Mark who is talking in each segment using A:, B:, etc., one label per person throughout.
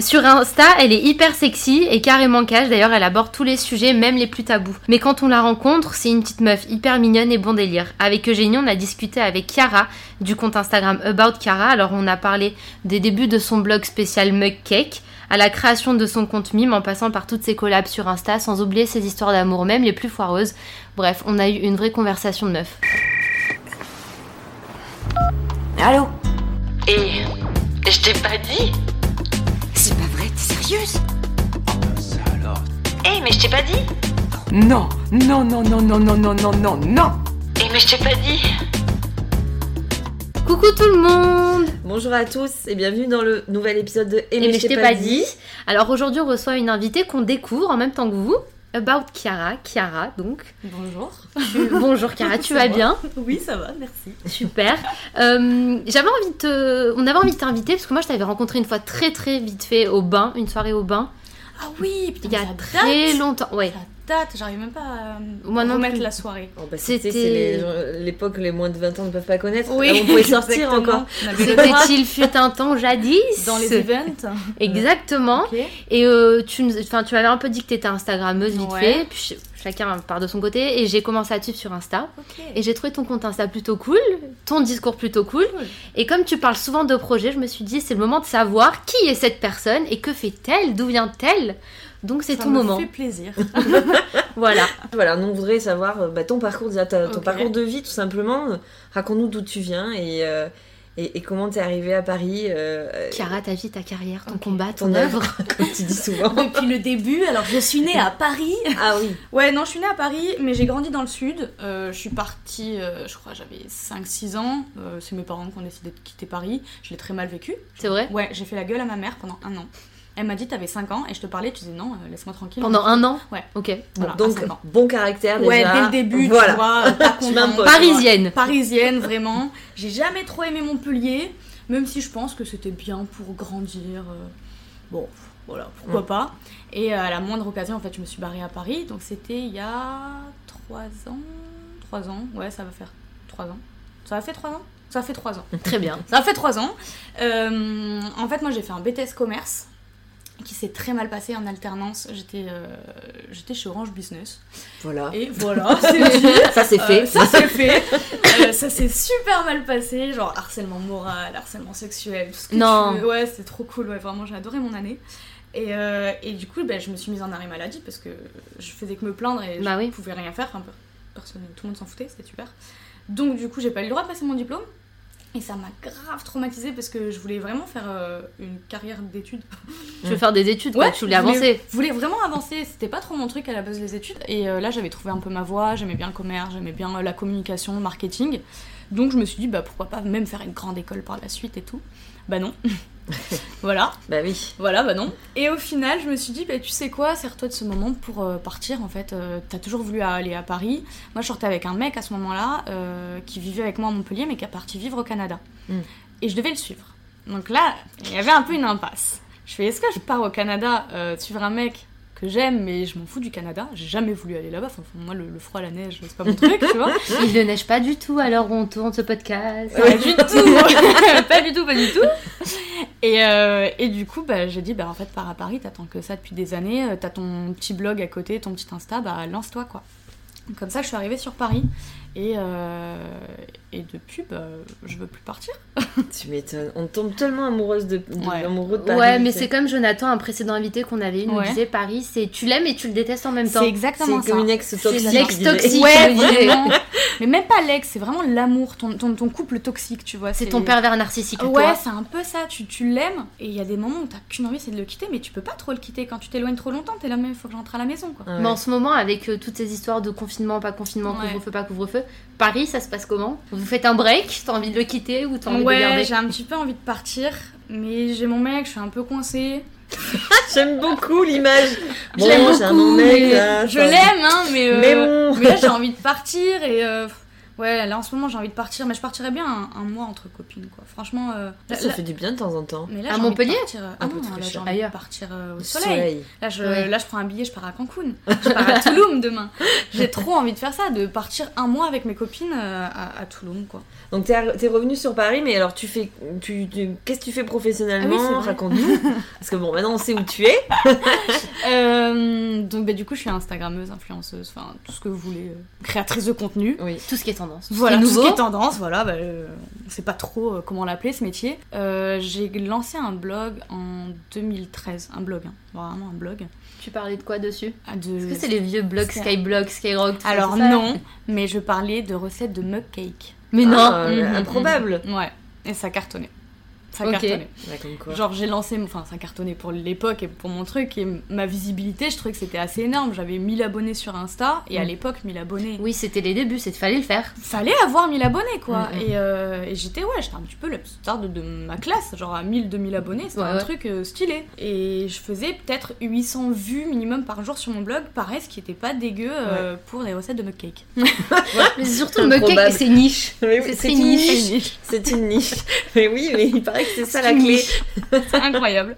A: Sur Insta, elle est hyper sexy et carrément cash. D'ailleurs, elle aborde tous les sujets, même les plus tabous. Mais quand on la rencontre, c'est une petite meuf hyper mignonne et bon délire. Avec Eugénie, on a discuté avec Chiara du compte Instagram About Chiara. Alors, on a parlé des débuts de son blog spécial Mug Cake à la création de son compte mime en passant par toutes ses collabs sur Insta, sans oublier ses histoires d'amour, même les plus foireuses. Bref, on a eu une vraie conversation de meuf.
B: Allô
C: Et je t'ai pas dit
B: C'est pas vrai, t'es sérieuse
D: Ça alors
C: Eh mais je t'ai pas dit
B: Non, non, non, non, non, non, non, non, non, non
C: Eh mais je t'ai pas dit
A: Coucou tout le monde
E: Bonjour à tous et bienvenue dans le nouvel épisode de
A: Et mais je t'ai pas dit. Alors aujourd'hui, on reçoit une invitée qu'on découvre en même temps que vous. About Chiara, Chiara donc.
F: Bonjour.
A: Tu- Bonjour Chiara, tu vas bien
F: Oui, ça va, merci.
A: Super. Euh, J'avais envie de te- On avait envie de t'inviter parce que moi je t'avais rencontré une fois très très vite fait au bain, une soirée au bain,
F: Ah oui, putain,
A: il y a
F: ça
A: très
F: date.
A: longtemps. Ouais.
F: Ça date, j'arrive même pas à euh,
A: Moi non
F: remettre
A: plus.
F: la soirée.
E: Oh, bah, c'est-
A: C'était-
E: C'est les gens- l'époque les moins de 20 ans ne peuvent pas connaître. Ah, on pouvait sortir
F: exactement.
E: encore.
F: On avait le droit
A: C'était il fut un temps jadis.
F: dans les events.
A: Hein Exactement.
F: Ok.
A: Et euh, tu, nous- enfin, tu m'avais un peu dit que t'étais Instagrammeuse vite
F: Ouais.
A: fait, puis ch- chacun part de son côté, et j'ai commencé à te suivre sur Insta.
F: Ok.
A: Et j'ai trouvé ton compte Insta plutôt cool, ton discours plutôt cool.
F: Cool.
A: Et comme tu parles souvent de projets, je me suis dit c'est le moment de savoir qui est cette personne et que fait-elle, d'où vient-elle. Donc c'est
F: Ça
A: ton
F: me
A: moment.
F: fait plaisir.
A: Voilà.
E: Voilà, nous on voudrait savoir euh, bah, ton parcours, déjà, ta- ton
F: Ok.
E: parcours de vie tout simplement. Euh, Raconte-nous d'où tu viens et, euh, et, et comment t'es arrivée à Paris. euh,
A: Chiara, ta vie, ta carrière, ton
F: Ok.
A: combat, ton
E: Ton
A: œuvre.
E: œuvre. comme tu dis souvent.
F: Depuis le début, alors je suis née à Paris.
E: ah oui.
F: Ouais, non, je suis née à Paris, mais j'ai grandi dans le sud. Euh, je suis partie, euh, je crois, j'avais 5-6 ans. Euh, C'est mes parents qui ont décidé de quitter Paris. Je l'ai très mal vécu.
A: C'est vrai
F: Ouais, j'ai fait la gueule à ma mère pendant un an. Elle m'a dit, t'avais 5 ans, et je te parlais, tu disais, non, euh, laisse-moi tranquille.
A: Pendant un an
F: Ouais.
A: Ok.
E: Bon,
F: Voilà,
E: donc,
F: à cinq ans.
E: bon caractère
F: Ouais,
E: déjà.
F: dès le début,
E: Voilà.
F: tu vois, euh, pas contente.
E: m'imposes.
A: Parisienne.
F: Parisienne, vraiment. J'ai jamais trop aimé Montpellier, même si je pense que c'était bien pour grandir. euh, Bon, voilà, pourquoi pas. Et euh, à la moindre occasion, en fait, je me suis barrée à Paris. Donc c'était il y a 3 ans. 3 ans, ouais, ça va faire 3 ans. Ça a fait 3 ans Ça fait 3 ans.
A: Très bien.
F: Ça fait trois ans. Euh, en fait, moi, j'ai fait un BTS commerce qui s'est très mal passé en alternance. J'étais euh, j'étais chez Orange Business.
E: Voilà.
F: Et voilà, c'est dit.
E: Ça c'est fait.
F: Euh, ça c'est fait. Euh, ça s'est super mal passé, genre harcèlement moral, harcèlement sexuel, tout ce que
A: Non.
F: tu veux. Ouais, c'est trop cool, ouais, vraiment, j'ai adoré mon année. Et, euh, et du coup, ben, je me suis mise en arrêt maladie parce que je faisais que me plaindre et
A: Bah
F: je
A: oui.
F: pouvais rien faire. Enfin, per- personne, tout le monde s'en foutait, c'était super. Donc du coup, j'ai pas eu le droit de passer mon diplôme. Et ça m'a grave traumatisée parce que je voulais vraiment faire euh, une carrière d'études
A: Tu veux faire des études, quoi, tu voulais
F: je
A: avancer.
F: Je voulais vraiment avancer, c'était pas trop mon truc à la base les études. Et euh, là, j'avais trouvé un peu ma voie, j'aimais bien le commerce, j'aimais bien euh, la communication, le marketing. Donc je me suis dit, bah pourquoi pas même faire une grande école par la suite et tout. Bah non. voilà,
E: Bah oui.
F: voilà, bah non. Et au final, je me suis dit, bah tu sais quoi, sers-toi de ce moment pour euh, partir en fait. Euh, T'as toujours voulu aller à Paris. Moi, je sortais avec un mec à ce moment-là euh, qui vivait avec moi à Montpellier mais qui est parti vivre au Canada.
E: Mm.
F: Et je devais le suivre. Donc là, il y avait un peu une impasse. Je fais, est-ce que je pars au Canada euh, suivre un mec que j'aime, mais je m'en fous du Canada, j'ai jamais voulu aller là-bas. Enfin, moi, le, le froid, la neige, c'est pas mon truc, tu vois.
A: Il ne neige pas du tout, alors on tourne ce podcast.
F: Pas du tout Pas du tout, pas du tout Et, euh, et du coup, bah, j'ai dit, bah, en fait, pars à Paris, t'attends que ça depuis des années, euh, t'as ton petit blog à côté, ton petit Insta, bah lance-toi, quoi. Donc, Comme ça, je suis arrivée sur Paris. Et, euh, et depuis, bah, je veux plus partir.
E: Tu m'étonnes. On tombe tellement amoureuse de, de-
F: Ouais.
E: amoureux de Paris.
A: ouais, mais
E: que-
A: c'est comme Jonathan, un précédent invité qu'on avait eu, nous
F: Ouais.
A: disait Paris, c'est tu l'aimes et tu le détestes en même temps.
F: C'est exactement
E: c'est
F: ça.
E: comme une ex toxique.
A: l'ex
E: je dirais.
A: toxique.
F: Ouais,
A: je me disais.
F: vraiment. Mais même pas l'ex, c'est vraiment l'amour, ton, ton, ton couple toxique, tu vois.
A: C'est ton pervers narcissique.
F: Ouais,
A: toi.
F: c'est un peu ça, tu, tu l'aimes, et il y a des moments où t'as qu'une envie, c'est de le quitter, mais tu peux pas trop le quitter. Quand tu t'éloignes trop longtemps, t'es là, mais faut que j'entre à la maison, quoi.
E: Ouais.
A: Mais en ce moment, avec euh, toutes ces histoires de confinement, pas confinement,
F: Ouais.
A: couvre-feu, pas couvre-feu, Paris, ça se passe comment Vous faites un break T'as envie de le quitter ou t'as envie de le
F: Ouais,
A: garder
F: j'ai un petit peu envie de partir, mais j'ai mon mec, je suis un peu coincée.
E: J'aime beaucoup l'image.
F: je l'aime
E: Bon,
F: beaucoup,
E: c'est un nom mec,
F: mais
E: là,
F: je
E: ça-
F: l'aime, hein, mais, euh,
E: Mais bon.
F: mais là j'ai envie de partir, et euh, Ouais, là en ce moment j'ai envie de partir, mais je partirais bien un, un mois entre copines quoi. Franchement, euh, là-
E: Ça
F: là-
E: fait du bien de temps en temps.
F: mais
A: À
F: là, j'ai envie de
A: Montpellier bah,
F: partir, euh,
E: Un
F: ah
E: peu
F: non,
E: trop
F: là, j'ai
E: cher.
F: envie
A: Ailleurs.
F: de partir euh, au
E: Le
F: soleil. Là je,
A: Ouais.
F: là, je prends un billet, je pars à Cancun. Je pars à Touloum demain. J'ai trop envie de faire ça, de partir un mois avec mes copines euh, à, à Touloum quoi.
E: Donc t'es arri- t'es revenu sur Paris, mais alors tu fais, tu, tu- qu'est-ce que tu fais professionnellement
F: Ah oui, c'est vrai.
E: Raconte-nous, parce que bon, maintenant on sait où tu es.
F: Euh, donc bah, du coup, je suis Instagrammeuse, influenceuse, enfin tout ce que vous voulez, euh, créatrice de contenu.
E: Oui.
A: Tout ce qui est tendance. tout ce
F: Voilà,
A: qui est
F: tout ce qui
A: nouveau.
F: est tendance, voilà, bah, euh, on sait pas trop euh, comment l'appeler ce métier. Euh, j'ai lancé un blog en 2013, un blog, hein, vraiment un blog.
A: Tu parlais de quoi dessus
F: Ah, de-
A: Est-ce que c'est les vieux blogs
F: C'est-
A: Skyblog, Skyrock tout ça,
F: Alors
A: tout ça
F: non, mais je parlais de recettes de mug cake.
A: Mais non Mm,
E: Ah, euh,
F: mhm,
E: improbable.
F: Ouais, et ça cartonnait. Ça
A: Ok.
F: cartonnait.
E: Ouais, comme quoi.
F: Genre j'ai lancé, mon- enfin ça cartonnait pour l'époque et pour mon truc et m- ma visibilité, je trouvais que c'était assez énorme. J'avais 1000 abonnés sur Insta et à
A: Mm.
F: l'époque 1000 abonnés.
A: Oui, c'était les débuts, c'est fallait le faire.
F: fallait avoir 1000 abonnés quoi.
A: Mm, mm.
F: Et, euh, et j'étais ouais, j'étais un petit peu la petite star de, de ma classe, genre à 1000 2000 abonnés, c'était
A: Ouais,
F: un
A: ouais.
F: truc euh, stylé. Et je faisais peut-être 800 vues minimum par jour sur mon blog, pareil, ce qui était pas dégueu euh, pour des recettes de mugcake.
A: Mm. Mais surtout,
E: Improbable.
A: Mugcake, c'est niche.
E: Mais oui,
A: C'est
E: c'est
A: très
E: une
A: niche.
E: niche. C'est une niche. Mais oui, mais il paraît que c'est ça la
F: une
E: clé.
F: niche. C'est incroyable.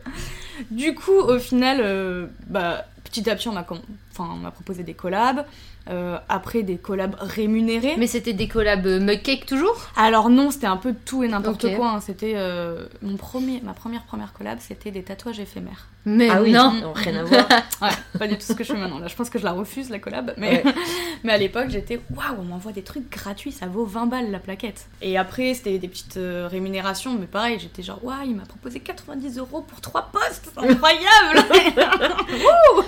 F: Du coup, au final, euh, bah, petit à petit, on m'a com- enfin, on m'a proposé des collabs. euh, après des collabs rémunérés.
A: Mais c'était des collabs euh, Mugcake toujours
F: Alors non, c'était un peu tout et n'importe
A: Ok.
F: quoi. hein. C'était euh, mon premier, ma première première collab, c'était des tatouages éphémères.
A: Mais
E: Ah oui,
A: non
E: rien à voir.
F: Ouais, pas du tout ce que je fais maintenant. Là, je pense que je la refuse la collab, mais
E: Ouais.
F: mais à l'époque, j'étais waouh, on m'envoie des trucs gratuits, ça vaut 20 balles la plaquette. Et après, c'était des petites euh, rémunérations, mais pareil, j'étais genre waouh, il m'a proposé 90 euros pour trois postes, c'est incroyable.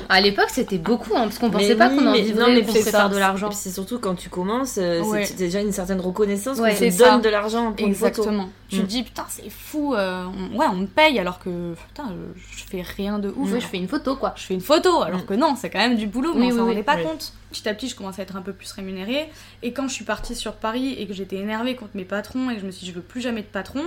A: À l'époque, c'était beaucoup, hein, parce qu'on
E: Mais
A: pensait pas
E: oui,
A: qu'on en
E: mais- non,
A: vivrait,
E: mais
A: qu'on
E: c'est
A: se
E: ça.
A: faire de l'argent.
E: Et puis C'est surtout quand tu commences, euh,
F: Ouais.
E: c'est déjà une certaine reconnaissance
A: Ouais,
E: qu'on
F: c'est
E: te
F: ça.
E: donne de l'argent pour une photo.
F: Exactement. Je me
E: Mm.
F: dis putain, c'est fou. euh, on- ouais, on me paye alors que putain, je- je fais rien de ouf.
A: Ouf, je fais une photo, quoi.
F: je fais une photo, alors
E: Mm.
F: que non, c'est quand même du boulot,
A: Oui,
F: mais on
A: oui,
F: s'en
A: oui.
F: rendait pas
E: Oui.
F: compte. Petit à petit, je commençais à être un peu plus rémunérée, et quand je suis partie sur Paris et que j'étais énervée contre mes patrons et que je me suis dit, je veux plus jamais de patron,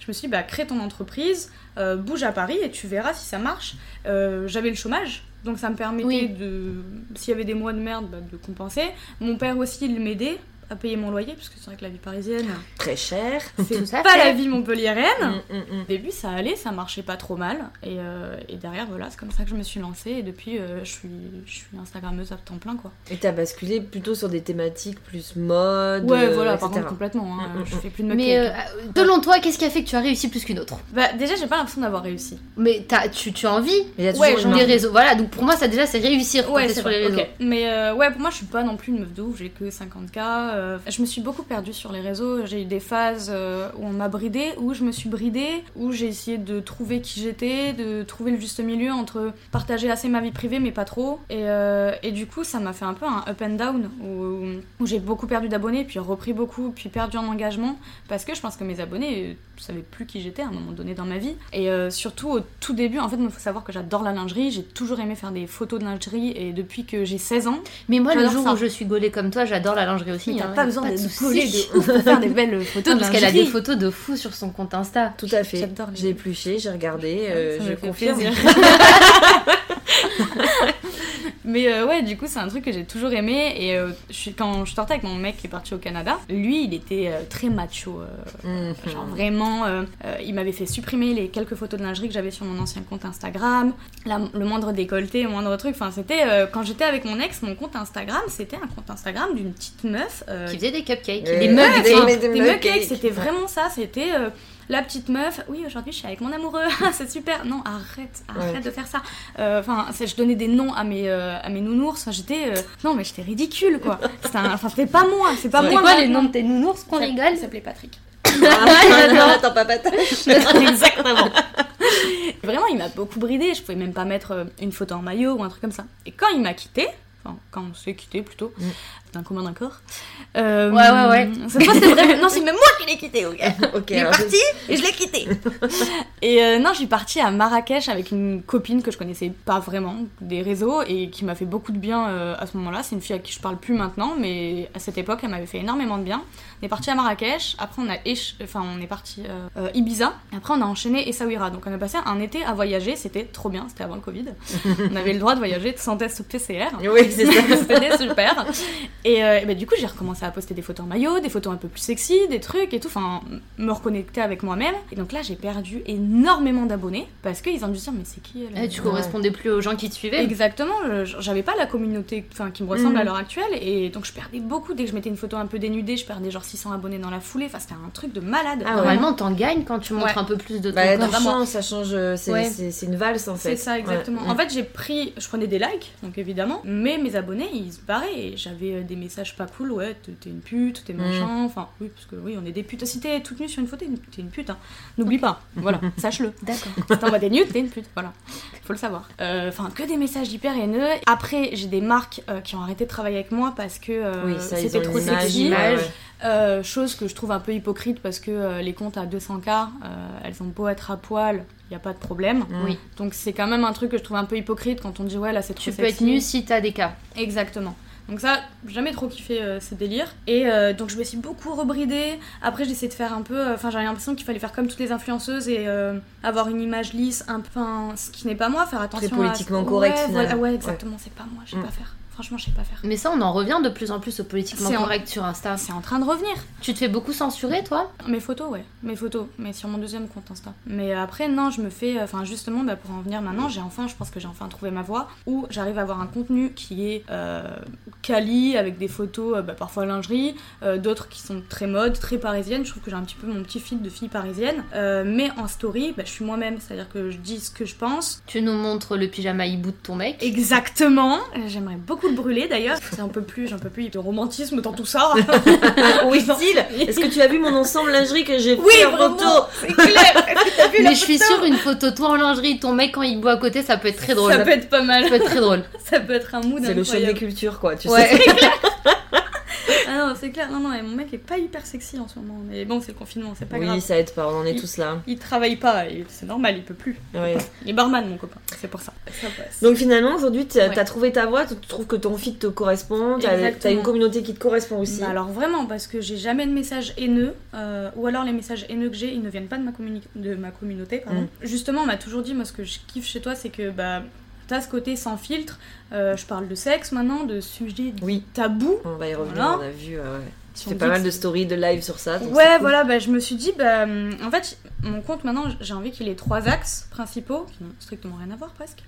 F: je me suis dit, bah, crée ton entreprise, euh, bouge à Paris et tu verras si ça marche. Euh, J'avais le chômage, donc ça me permettait
A: Oui.
F: de, s'il y avait des mois de merde, bah, de compenser. Mon père aussi, il m'aidait à payer mon loyer, parce que c'est vrai que la vie parisienne,
E: Très cher.
A: Tout
F: c'est
A: à
F: pas
A: fait.
F: la vie montpelliéraine.
E: Mm, mm, mm.
F: Eh. Au début, ça allait, ça marchait pas trop mal. Et, euh, et derrière, voilà, c'est comme ça que je me suis lancée. Et depuis, euh, je, suis, je suis Instagrammeuse à temps plein, quoi.
E: Et t'as basculé plutôt sur des thématiques plus mode,
F: Ouais,
E: euh,
F: voilà, par
E: etc.
F: contre, complètement. hein,
E: Mm, mm,
F: je fais plus de
A: Mais
F: maquillage.
A: euh, selon toi, qu'est-ce qui a fait que tu as réussi plus qu'une autre
F: Bah, déjà, j'ai pas l'impression d'avoir réussi.
A: Mais t'as- tu, tu as envie
E: Mais il y a
F: Ouais,
E: toujours
F: j'en
E: une
A: des
E: envie.
A: réseaux. Voilà, donc pour moi, ça déjà, c'est réussir quand
F: Ouais,
A: t'es
F: c'est
A: sur
F: vrai,
A: les réseaux.
F: ok. Mais euh, ouais, pour moi, je suis pas non plus une meuf de ouf, j'ai que 50K. euh, je me suis beaucoup perdue sur les réseaux. J'ai eu des phases euh, où on m'a bridée, où je me suis bridée, où j'ai essayé de trouver qui j'étais, de trouver le juste milieu entre partager assez ma vie privée, mais pas trop. Et, euh, et du coup, ça m'a fait un peu un up and down, où, où j'ai beaucoup perdu d'abonnés, puis repris beaucoup, puis perdu en engagement, parce que je pense que mes abonnés euh, savaient plus qui j'étais à un moment donné dans ma vie. Et euh, surtout, au tout début, en fait, il faut savoir que j'adore la lingerie, j'ai toujours aimé faire des photos de lingerie, et depuis que j'ai 16 ans,
A: Mais moi, le
F: J'adore
A: jour
F: ça.
A: où je suis gaulée comme toi, j'adore la lingerie aussi.
F: mais t'as
A: hein, y
F: pas
A: a
F: besoin
A: de
F: d'être
A: souci.
F: collée de ouf pour faire des belles photos
A: Non,
F: de
A: parce qu'elle a des
F: lingerie.
A: photos de fou sur son compte Insta.
E: Tout à fait.
F: J'adore les-
E: J'ai épluché, j'ai regardé, euh,
F: Ça me
E: je
F: fait
E: confirme.
F: plaisir. Mais euh, ouais, du coup, c'est un truc que j'ai toujours aimé. Et euh, je suis- quand je sortais avec mon mec qui est parti au Canada, lui, il était euh, très macho. euh,
E: Mhm.
A: Hmm.
F: Genre vraiment, euh, euh, il m'avait fait supprimer les quelques photos de lingerie que j'avais sur mon ancien compte Instagram, la- le moindre décolleté, le moindre truc. Enfin, c'était euh, quand j'étais avec mon ex, mon compte Instagram, c'était un compte Instagram d'une petite meuf. euh,
A: Qui faisait des cupcakes,
E: Euh,
A: des
E: ouais,
A: mugs.
E: des-
A: hein.
E: mais
F: des
E: mug
F: mug cakes,
E: cakes.
F: c'était vraiment ça. C'était euh, la petite meuf. Oui, aujourd'hui, je suis avec mon amoureux. c'est super. Non, arrête, arrête
E: Ouais.
F: de faire ça. Euh, Enfin, c'est- je donnais des noms à mes euh, à mes nounours. Enfin, J'étais euh, non, mais j'étais ridicule quoi. C'était un- Enfin, c'était pas moi. C'est pas
A: C'est
F: moi.
A: quoi les
F: maintenant.
A: noms de tes nounours qu'on
F: Ça-
A: rigole
F: Il s'appelait Patrick.
E: Ah, non, attends, papa, t'as-
F: Exactement. Vraiment, il m'a beaucoup bridé. Je pouvais même pas mettre euh, une photo en maillot ou un truc comme ça. Et quand il m'a quitté, enfin, quand on s'est quitté plutôt,
E: Mm.
F: d'un commun d'un corps. euh,
A: Ouais, ouais, ouais.
F: Cette fois, c'est vraiment. Non, c'est même moi qui l'ai quitté, ok.
E: Ok,
F: Il est
E: alors,
F: parti et je l'ai quitté. et euh, non, je suis partie à Marrakech avec une copine que je connaissais pas vraiment des réseaux et qui m'a fait beaucoup de bien euh, à ce moment-là. C'est une fille à qui je parle plus maintenant, mais à cette époque, elle m'avait fait énormément de bien. On est parti à Marrakech, après on a éch- enfin on est parti euh, euh, Ibiza, et après on a enchaîné Essaouira. Donc on a passé un été à voyager, c'était trop bien, c'était avant le Covid. on avait le droit de voyager sans test PCR.
E: Oui, c'est ça.
F: C'était super. Et, euh, et ben, du coup, j'ai recommencé à poster des photos en maillot, des photos un peu plus sexy, des trucs et tout, enfin, m- me reconnecter avec moi-même. Et donc là, j'ai perdu énormément d'abonnés parce qu'ils ont dû se dire, mais c'est qui elle Euh,
A: Eh, tu correspondais plus aux gens qui te suivaient.
F: Exactement, je- j'avais pas la communauté enfin, qui me ressemble
E: Mhm.
F: à l'heure actuelle et donc je perdais beaucoup. Dès que je mettais une photo un peu dénudée, je perdais genre 600 abonnés dans la foulée. Enfin, c'était un truc de malade.
E: Ah ouais.
A: Normalement, t'en gagnes quand tu montres
F: Ouais.
A: un peu plus de ton
E: Bah,
A: corps.
E: dans le champ, ça change. euh, C'est
F: Ouais.
E: c'est- c'est une valse en fait.
F: C'est ça, exactement.
E: Ouais. Mm.
F: En fait, j'ai pris, je prenais des likes, donc évidemment, mais mes abonnés, ils se barraient. et J'avais euh, des messages pas cool, ouais, t'es t'es une pute,
E: Mm.
F: t'es machin, enfin, oui, parce que oui, on est des putes. Si t'es toute nue sur une photo, t'es une- t'es une pute, hein. N'oublie pas, voilà, sache-le.
A: D'accord.
F: Si t'envoies des nudes, t'es une pute, voilà. Faut le savoir. Euh, Enfin, que des messages hyper haineux. Après, j'ai des marques euh, qui ont arrêté de travailler avec moi parce que euh,
E: Oui, ça, ils
F: c'était
E: ont
F: trop
E: une image,
F: sexy.
E: ouais, ouais.
F: Euh, chose que je trouve un peu hypocrite parce que euh, les comptes à 200K, euh, elles ont beau être à poil, y a pas de problème.
E: Mm.
A: Oui.
F: Donc c'est quand même un truc que je trouve un peu hypocrite quand on dit ouais là c'est trop
A: Tu peux
F: sexy.
A: être nu si t'as des cas.
F: Exactement. Donc ça, j'ai jamais trop kiffé euh, ce délire. Et euh, donc je me suis beaucoup rebridée. Après j'ai essayé de faire un peu... euh, Enfin j'avais l'impression qu'il fallait faire comme toutes les influenceuses et euh, avoir une image lisse, un peu... enfin, ce qui n'est pas moi, faire attention à-
E: politiquement correct,
F: Ouais, voilà,
E: finalement.
F: ouais exactement, c'est pas moi, je sais
E: Mm.
F: pas faire. Franchement je sais pas faire.
A: Mais ça, on en revient de plus en plus au politiquement
F: C'est en-
A: correct sur Insta.
F: C'est en train de revenir.
A: Tu te fais beaucoup censurer, toi
F: Mes photos, ouais. Mes photos, mais sur mon deuxième compte Insta. Mais après, non, je me fais. Enfin, justement, bah, pour en venir maintenant, j'ai enfin, je pense que j'ai enfin trouvé ma voie où j'arrive à avoir un contenu qui est euh, quali, avec des photos, euh, bah, parfois lingerie, euh, d'autres qui sont très mode, très parisienne. Je trouve que j'ai un petit peu mon petit fil de fille parisienne. Euh, mais en story, bah, je suis moi-même, c'est-à-dire que je dis ce que je pense.
A: Tu nous montres le pyjama hibou de ton mec.
F: Exactement. Euh, J'aimerais beaucoup le brûler d'ailleurs. C'est un peu plus, j'en peux plus de romantisme dans tout ça.
E: Oui, style. Est-ce que tu as vu mon ensemble lingerie que j'ai
F: Oui,
E: pris en
F: vraiment.
E: photo
F: C'est clair.
A: Mais je suis sûre, une photo toi en lingerie, ton mec en hibou à côté, ça peut être très drôle.
F: Ça peut être pas mal.
A: Ça peut être très drôle.
F: Ça peut être un mood
E: C'est le choc
F: incroyable.
E: des cultures, quoi. Tu sais.
A: Ouais.
F: Ah non, c'est clair. Non, non, et mon mec est pas hyper sexy en ce moment. Mais bon, c'est le confinement, c'est pas
E: oui,
F: grave.
E: ça aide pas, on en est tous là.
F: Il travaille pas, et c'est normal, il peut plus.
E: Ouais.
F: Il est barman, mon copain, c'est pour ça. Ça passe.
E: Donc finalement, aujourd'hui, t'as
F: Ouais.
E: t'as trouvé ta voie, tu tu trouves que ton feed te correspond, t'as
F: Exactement.
E: t'as une communauté qui te correspond aussi.
F: Bah alors vraiment, parce que j'ai jamais de messages haineux, euh, ou alors les messages haineux que j'ai, ils ne viennent pas de ma, communi- de ma communauté. pardon.
E: Mm.
F: Justement, on m'a toujours dit, moi ce que je kiffe chez toi, c'est que bah, t'as ce côté sans filtre. Euh, je parle de sexe maintenant, de sujets
E: Oui,
F: tabous.
E: on va y revenir,
F: Voilà.
E: on a vu. euh, ouais.
F: Si
E: Tu
F: on
E: fais
F: dit
E: pas
F: que
E: mal de
F: c'est-
E: stories, de live sur ça. donc c'est
F: Ouais,
E: cool.
F: voilà, bah, je me suis dit, bah, hum, en fait, mon compte maintenant, j'ai envie qu'il ait trois axes principaux, qui n'ont strictement rien à voir presque.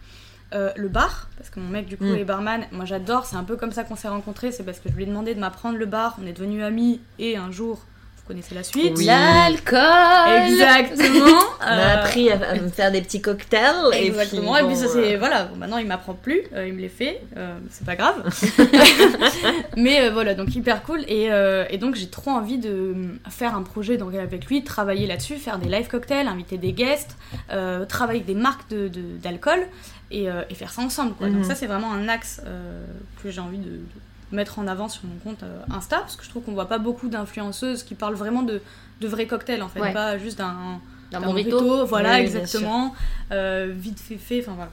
F: Euh, le bar, parce que mon mec, du coup,
E: Mm.
F: est barman. Moi, j'adore, c'est un peu comme ça qu'on s'est rencontrés, c'est parce que je lui ai demandé de m'apprendre le bar. On est devenus amis, et un jour, vous connaissez la suite.
E: Oui.
A: L'alcool
F: Exactement.
E: On a
F: euh,
E: appris à, à me faire des petits cocktails.
F: Exactement,
E: et
F: et
E: puis,
F: puis
E: bon,
F: ça
E: euh,
F: c'est. Voilà, bon, maintenant il m'apprend plus, euh, il me les fait, euh, c'est pas grave. Mais euh, voilà, donc hyper cool. Et, euh, et donc j'ai trop envie de euh, faire un projet donc, avec lui, travailler là-dessus, faire des live cocktails, inviter des guests, euh, travailler avec des marques de- de- d'alcool et, euh, et faire ça ensemble. Quoi.
E: Mhm.
F: Donc ça c'est vraiment un axe euh, que j'ai envie de, de mettre en avant sur mon compte euh, Insta, parce que je trouve qu'on voit pas beaucoup d'influenceuses qui parlent vraiment de, de vrais cocktails en fait,
A: Ouais.
F: pas juste d'un
A: D'un
F: un
A: burrito.
F: burrito, voilà,
E: Oui, bien
F: exactement. Euh, vite fait, fait, enfin voilà.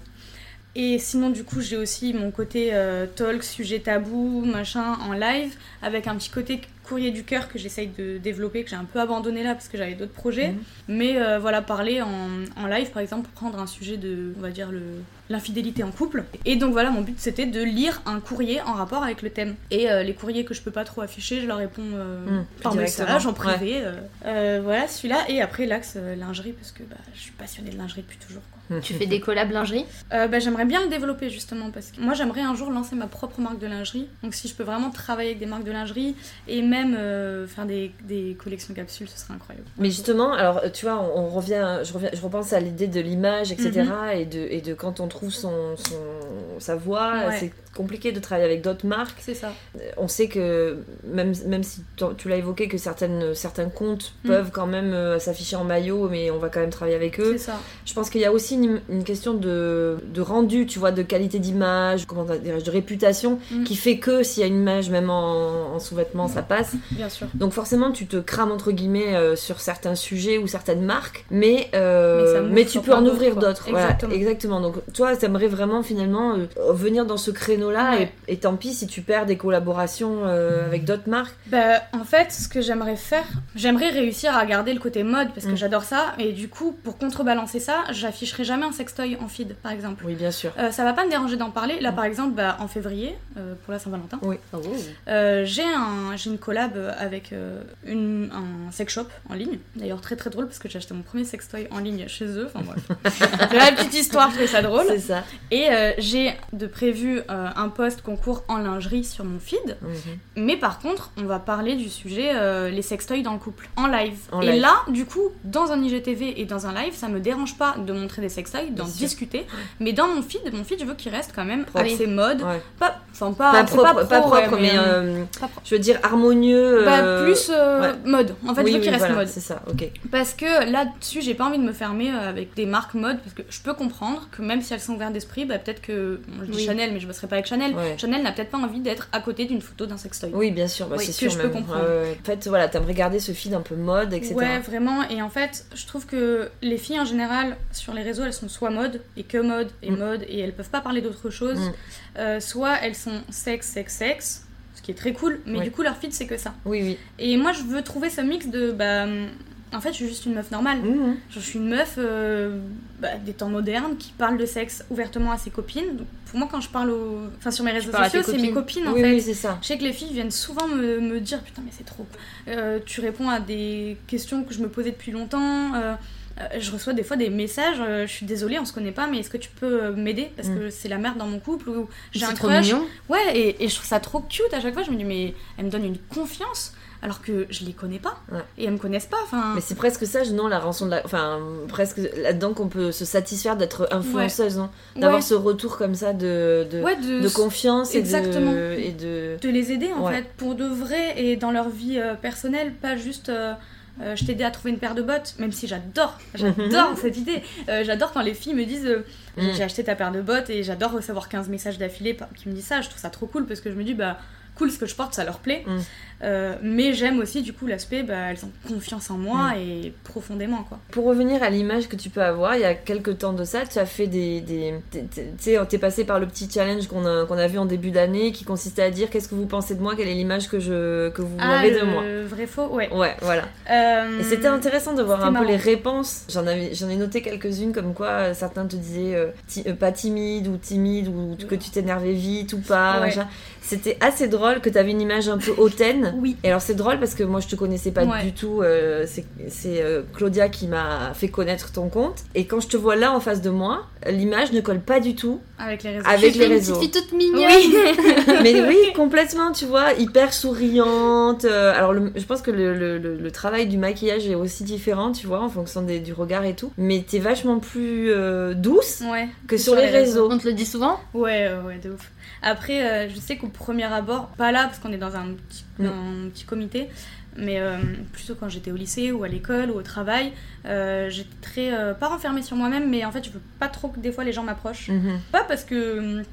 F: Et sinon, du coup, j'ai aussi mon côté euh, talk, sujet tabou, machin, en live, avec un petit côté courrier du cœur que j'essaye de développer, que j'ai un peu abandonné là parce que j'avais d'autres projets.
E: Mhm.
F: Mais euh, voilà, parler en, en live, par exemple, pour prendre un sujet de, on va dire, le, l'infidélité en couple. Et donc voilà, mon but c'était de lire un courrier en rapport avec le thème. Et euh, les courriers que je peux pas trop afficher, je leur réponds euh,
E: Mm,
F: par
E: directement.
F: message, en privé. euh. Euh, voilà celui-là. Et après l'axe euh, lingerie, parce que bah, je suis passionnée de lingerie depuis toujours. quoi.
A: Tu fais des collabs lingerie
F: Euh, bah, j'aimerais bien le développer justement, parce que moi j'aimerais un jour lancer ma propre marque de lingerie. Donc si je peux vraiment travailler avec des marques de lingerie et même euh, faire des, des collections capsules, ce serait incroyable.
E: Mais justement, alors euh, tu vois, on, on revient, je, reviens, je repense à l'idée de l'image, etc.
F: Mhm.
E: et, de, et de quand on trouve son, son- sa voix,
F: Ouais.
E: c'est compliqué de travailler avec d'autres marques.
F: C'est ça.
E: Euh, On sait que, même, même si t'en- tu l'as évoqué, que certaines, certains comptes
F: Mm.
E: peuvent quand même euh, s'afficher en maillot, mais on va quand même travailler avec eux.
F: C'est ça.
E: Je pense qu'il y a aussi une, une question de, de rendu, tu vois, de qualité d'image, comment dirais-je, de réputation,
F: Mm.
E: qui fait que s'il y a une image, même en, en sous-vêtements, ça passe.
F: Bien sûr.
E: Donc forcément, tu te crames entre guillemets euh, sur certains sujets ou certaines marques, mais, euh,
F: Mais ça m'ouvre
E: mais tu
F: sur
E: peux en
F: plein
E: ouvrir
F: d'autres,
E: d'autres.
F: quoi.
E: Voilà,
F: Exactement.
E: exactement. Donc toi, t'aimerais vraiment finalement euh, venir dans ce créneau-là,
F: Ouais. Mmh.
E: et, et tant pis si tu perds des collaborations euh, avec d'autres marques.
F: Bah, en fait, ce que j'aimerais faire, j'aimerais réussir à garder le côté mode parce que
E: Mm.
F: j'adore ça. Et du coup, pour contrebalancer ça, j'afficherai ferai jamais un sextoy en feed, par exemple.
E: Oui, bien sûr.
F: Euh, ça va pas me déranger d'en parler. Là, par exemple, bah, en février, euh, pour la Saint-Valentin,
E: Oui.
A: Oh.
F: euh, j'ai un, j'ai une collab avec euh, une, un sex shop en ligne. D'ailleurs, très très drôle parce que j'ai acheté mon premier sextoy en ligne chez eux. Enfin bref. C'est la petite histoire, je trouvais ça drôle.
E: C'est ça.
F: Et euh, j'ai de prévu euh, un post concours en lingerie sur mon feed. Mais par contre, on va parler du sujet euh, les sextoys dans le couple en live.
E: En
F: et
E: live.
F: là, du coup, dans un IGTV et dans un live, ça me dérange pas de montrer des sextoys, d'en
E: Bien sûr.
F: discuter. Mais dans mon feed, mon feed, je veux qu'il reste quand même
E: Propre.
F: avec ses modes.
E: Ouais.
F: Pas, enfin, pas,
E: pas,
F: Ah, c'est
E: propre, pas,
F: pro, ouais,
E: propre, mais
F: euh,
E: euh,
F: pas propre.
E: je veux dire harmonieux.
F: bah,
E: euh,
F: plus euh,
E: ouais.
F: mode. En fait,
E: oui,
F: je veux
E: oui,
F: qu'il reste
E: voilà,
F: mode. Mmh.
E: C'est ça, ok.
F: Parce que là-dessus, j'ai pas envie de me fermer euh, avec des marques mode, parce que je peux comprendre que même si elles sont ouvertes d'esprit, bah, peut-être que. bon, je dis
A: Oui.
F: Chanel, mais je bosserai pas avec Chanel.
E: Ouais.
F: Chanel n'a peut-être pas envie d'être à côté d'une photo d'un sextoy.
E: Oui, bien sûr, bah,
F: Oui,
E: c'est
F: que
E: sûr.
F: je peux
E: même.
F: comprendre.
E: Ouais, ouais. En fait, voilà, t'aimes regarder ce feed un peu mode, etc.
F: Ouais, vraiment. Et en fait, je trouve que les filles en général, sur les réseaux, elles sont soit mode, et que mode, et
E: Mm.
F: mode, et elles peuvent pas parler d'autre chose.
E: Mm.
F: Euh, soit elles sont sexe, sexe, sexe, ce qui est très cool, mais
E: Ouais.
F: du coup, leur feed, c'est que ça.
E: Oui, oui.
F: Et moi, je veux trouver ce mix de. Bah, en fait, je suis juste une meuf normale.
E: Mhm.
F: Je suis une meuf euh, bah, des temps modernes qui parle de sexe ouvertement à ses copines. Donc, pour moi, quand je parle aux- enfin, sur mes réseaux
A: parles à
F: sociaux,
A: tes
F: c'est mes
A: copines.
F: copines en
E: Oui,
F: fait.
E: oui, c'est ça.
F: Je sais que les filles viennent souvent me, me dire Putain, mais c'est trop. Euh, tu réponds à des questions que je me posais depuis longtemps. Euh, euh, je reçois des fois des messages euh, Je suis désolée, on se connaît pas, mais est-ce que tu peux euh, m'aider Parce que c'est la merde dans mon couple ou j'ai un
A: C'est trop
F: crush.
A: mignon.
F: Ouais, et, et je trouve ça trop cute à chaque fois. Je me dis Mais elles me donnent une confiance alors que je les connais pas.
E: Ouais.
F: Et elles me connaissent pas. Enfin,
E: Mais c'est presque ça, je- non, la rançon de la. Enfin, presque là-dedans qu'on peut se satisfaire d'être influenceuse, non D'avoir
F: ouais,
E: ce retour comme ça de, de,
F: ouais, de,
E: de confiance et
F: exactement.
E: de. Et de...
F: de les aider en
E: Ouais.
F: fait pour de vrai et dans leur vie euh, personnelle pas juste euh, euh, je t'aidais à trouver une paire de bottes même si j'adore j'adore cette idée Euh, j'adore quand les filles me disent euh, j'ai-
E: Mhm. Mm.
F: j'ai acheté ta paire de bottes et j'adore recevoir 15 messages d'affilée par- qui me disent ça je trouve ça trop cool parce que je me dis bah cool ce que je porte ça leur plaît
E: Mm.
F: Euh, mais j'aime aussi du coup l'aspect bah, elles ont confiance en
E: Mm.
F: moi et profondément quoi
E: Pour revenir à l'image que tu peux avoir, il y a quelques temps de ça, tu as fait des. des t'es- t'es- tu sais, t'es passé par le petit challenge qu'on a, qu'on a vu en début d'année qui consistait à dire qu'est-ce que vous pensez de moi, quelle est l'image que, je, que vous avez de
F: Ah, le
E: moi.
F: vrai faux ouais
E: Ouais, voilà.
F: Euh,
E: Et c'était intéressant de voir
F: c'était
E: un peu
F: marrant.
E: les réponses. J'en avais, j'en ai noté quelques-unes comme quoi euh, certains te disaient euh, ti- euh, pas timide ou timide ou que tu t'énervais vite ou pas.
F: Ouais.
E: machin. C'était assez drôle que tu avais une image un peu hautaine.
F: oui
E: Et alors c'est drôle parce que moi je te connaissais pas
F: Ouais.
E: du tout. euh, c'est c'est, euh, Claudia qui m'a fait connaître ton compte. Et quand je te vois là en face de moi, l'image ne colle pas du tout.
F: avec les réseaux
E: Avec
A: Je
E: les
A: fais une
E: réseaux.
A: petite fille toute mignonne.
E: Mais oui, complètement, tu vois, hyper souriante. Euh, Alors, le- je pense que le, le- le- le travail du maquillage est aussi différent, tu vois, en fonction des- du regard et tout. Mais t'es vachement plus euh, douce
F: ouais
A: Mm,
E: que sur, les réseaux.
A: On te le dit souvent
F: Ouais, euh, ouais, de ouf. Après, euh, je sais qu'au premier abord, pas là, parce qu'on est dans un petit,
E: Mm.
F: un petit comité, mais euh, plutôt quand j'étais au lycée ou à l'école ou au travail, euh, j'étais très. euh, pas renfermée sur moi-même, mais en fait, je veux pas trop que des fois les gens m'approchent.
A: Mm.
E: Mhm.
F: Pas parce que. hum,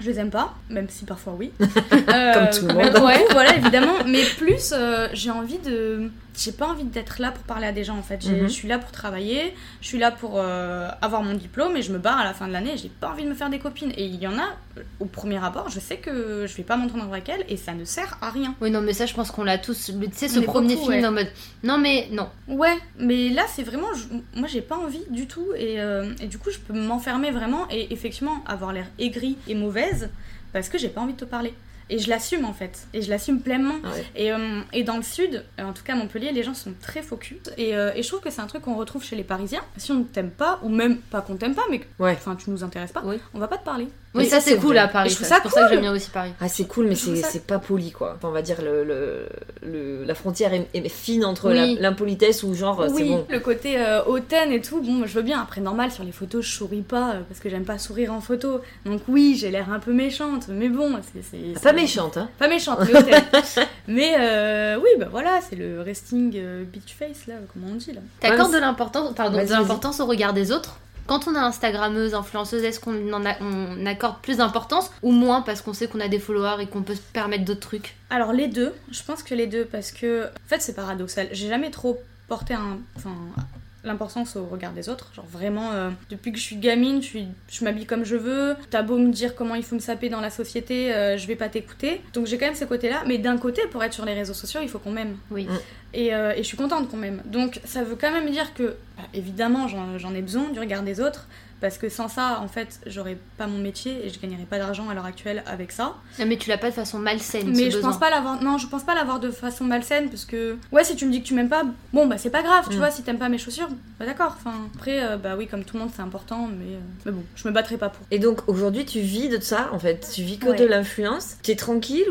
F: Je les aime pas, même si parfois oui. Euh,
E: Comme tout le
F: mais-
E: monde.
F: ouais, voilà, évidemment. Mais plus, euh, j'ai envie de. J'ai pas envie d'être là pour parler à des gens en fait. J'ai-
E: Mhm.
F: Je suis là pour travailler, je suis là pour euh, avoir mon diplôme et je me barre à la fin de l'année. J'ai pas envie de me faire des copines. Et il y en a, euh, au premier abord, je sais que je vais pas m'entendre avec elles et ça ne sert à rien.
A: Oui, non, mais ça, je pense qu'on l'a tous. le- Tu sais,
F: On
A: ce
F: est
A: premier
F: beaucoup,
A: film
F: ouais.
A: en mode. Non, mais non.
F: Ouais, mais là c'est vraiment, je- moi j'ai pas envie du tout et, euh, et du coup je peux m'enfermer vraiment et effectivement avoir l'air aigrie et mauvaise parce que j'ai pas envie de te parler. Et je l'assume en fait, et je l'assume pleinement.
E: Ah ouais.
F: Et, euh, et dans le sud, euh, en tout cas à Montpellier, les gens sont très focus. Et, euh, et je trouve que c'est un truc qu'on retrouve chez les Parisiens. Si on ne t'aime pas, ou même pas qu'on t'aime pas, mais que
E: Ouais.
F: enfin, tu nous intéresses pas,
A: Oui.
F: on va pas te parler.
A: Oui,
E: Mais
A: ça,
E: ça,
A: c'est
E: c'est
A: cool
E: vrai.
A: à Paris.
F: Je
A: ça.
F: trouve
A: C'est
F: ça
A: pour ça que j'aime
F: cool.
A: bien aussi Paris.
E: Ah, c'est cool, mais
F: Je trouve
E: c'est
F: ça-
E: c'est pas poli, quoi. Enfin, on va dire, le, le- le- la frontière est, est fine entre
A: Oui.
E: la- l'impolitesse ou genre, c'est
F: Oui,
E: bon.
F: le côté euh, hautaine et tout, bon, je veux bien. Après, normal, sur les photos, je souris pas euh, parce que j'aime pas sourire en photo. Donc, oui, j'ai l'air un peu méchante, mais bon, c'est- c'est.
E: Pas
F: c'est-
E: méchante, hein.
F: Pas méchante, mais hautaine. mais euh, oui, bah voilà, c'est le resting euh, beach face, là, comment on dit, là.
A: T'accordes
E: Ouais,
A: de l'importance, pardon,
E: Vas-y,
A: de
E: vas-y.
A: l'importance au regard des autres quand on est Instagrammeuse, influenceuse, est-ce qu'on en a- on accorde plus d'importance ou moins parce qu'on sait qu'on a des followers et qu'on peut se permettre d'autres trucs
F: Alors les deux, je pense que les deux parce que en fait c'est paradoxal. J'ai jamais trop porté un, enfin l'importance au regard des autres. Genre vraiment euh, depuis que je suis gamine, je, suis- je m'habille comme je veux. T'as beau me dire comment il faut me saper dans la société, euh, je vais pas t'écouter. Donc j'ai quand même ce côté-là. Mais d'un côté, pour être sur les réseaux sociaux, il faut qu'on m'aime.
A: Oui.
E: Mm.
F: Et, euh, et je suis contente qu'on m'aime. Donc ça veut quand même dire que bah, évidemment j'en j'en ai besoin du regard des autres. Parce que sans ça, en fait, j'aurais pas mon métier et je gagnerais pas d'argent à l'heure actuelle avec ça.
A: Non, mais tu l'as pas de façon malsaine.
F: Mais
A: ce
F: je
A: besoin.
F: pense pas l'avoir. Non, je pense pas l'avoir de façon malsaine parce que ouais, si tu me dis que tu m'aimes pas, bon bah c'est pas grave, tu
E: Mm.
F: vois. Si t'aimes pas mes chaussures, bah d'accord. Enfin après, euh, bah oui, comme tout le monde, c'est important, mais euh, mais bon, je me battrai pas pour.
E: Et donc aujourd'hui, tu vis de ça en fait. Tu vis que
F: Ouais.
E: de l'influence. T'es tranquille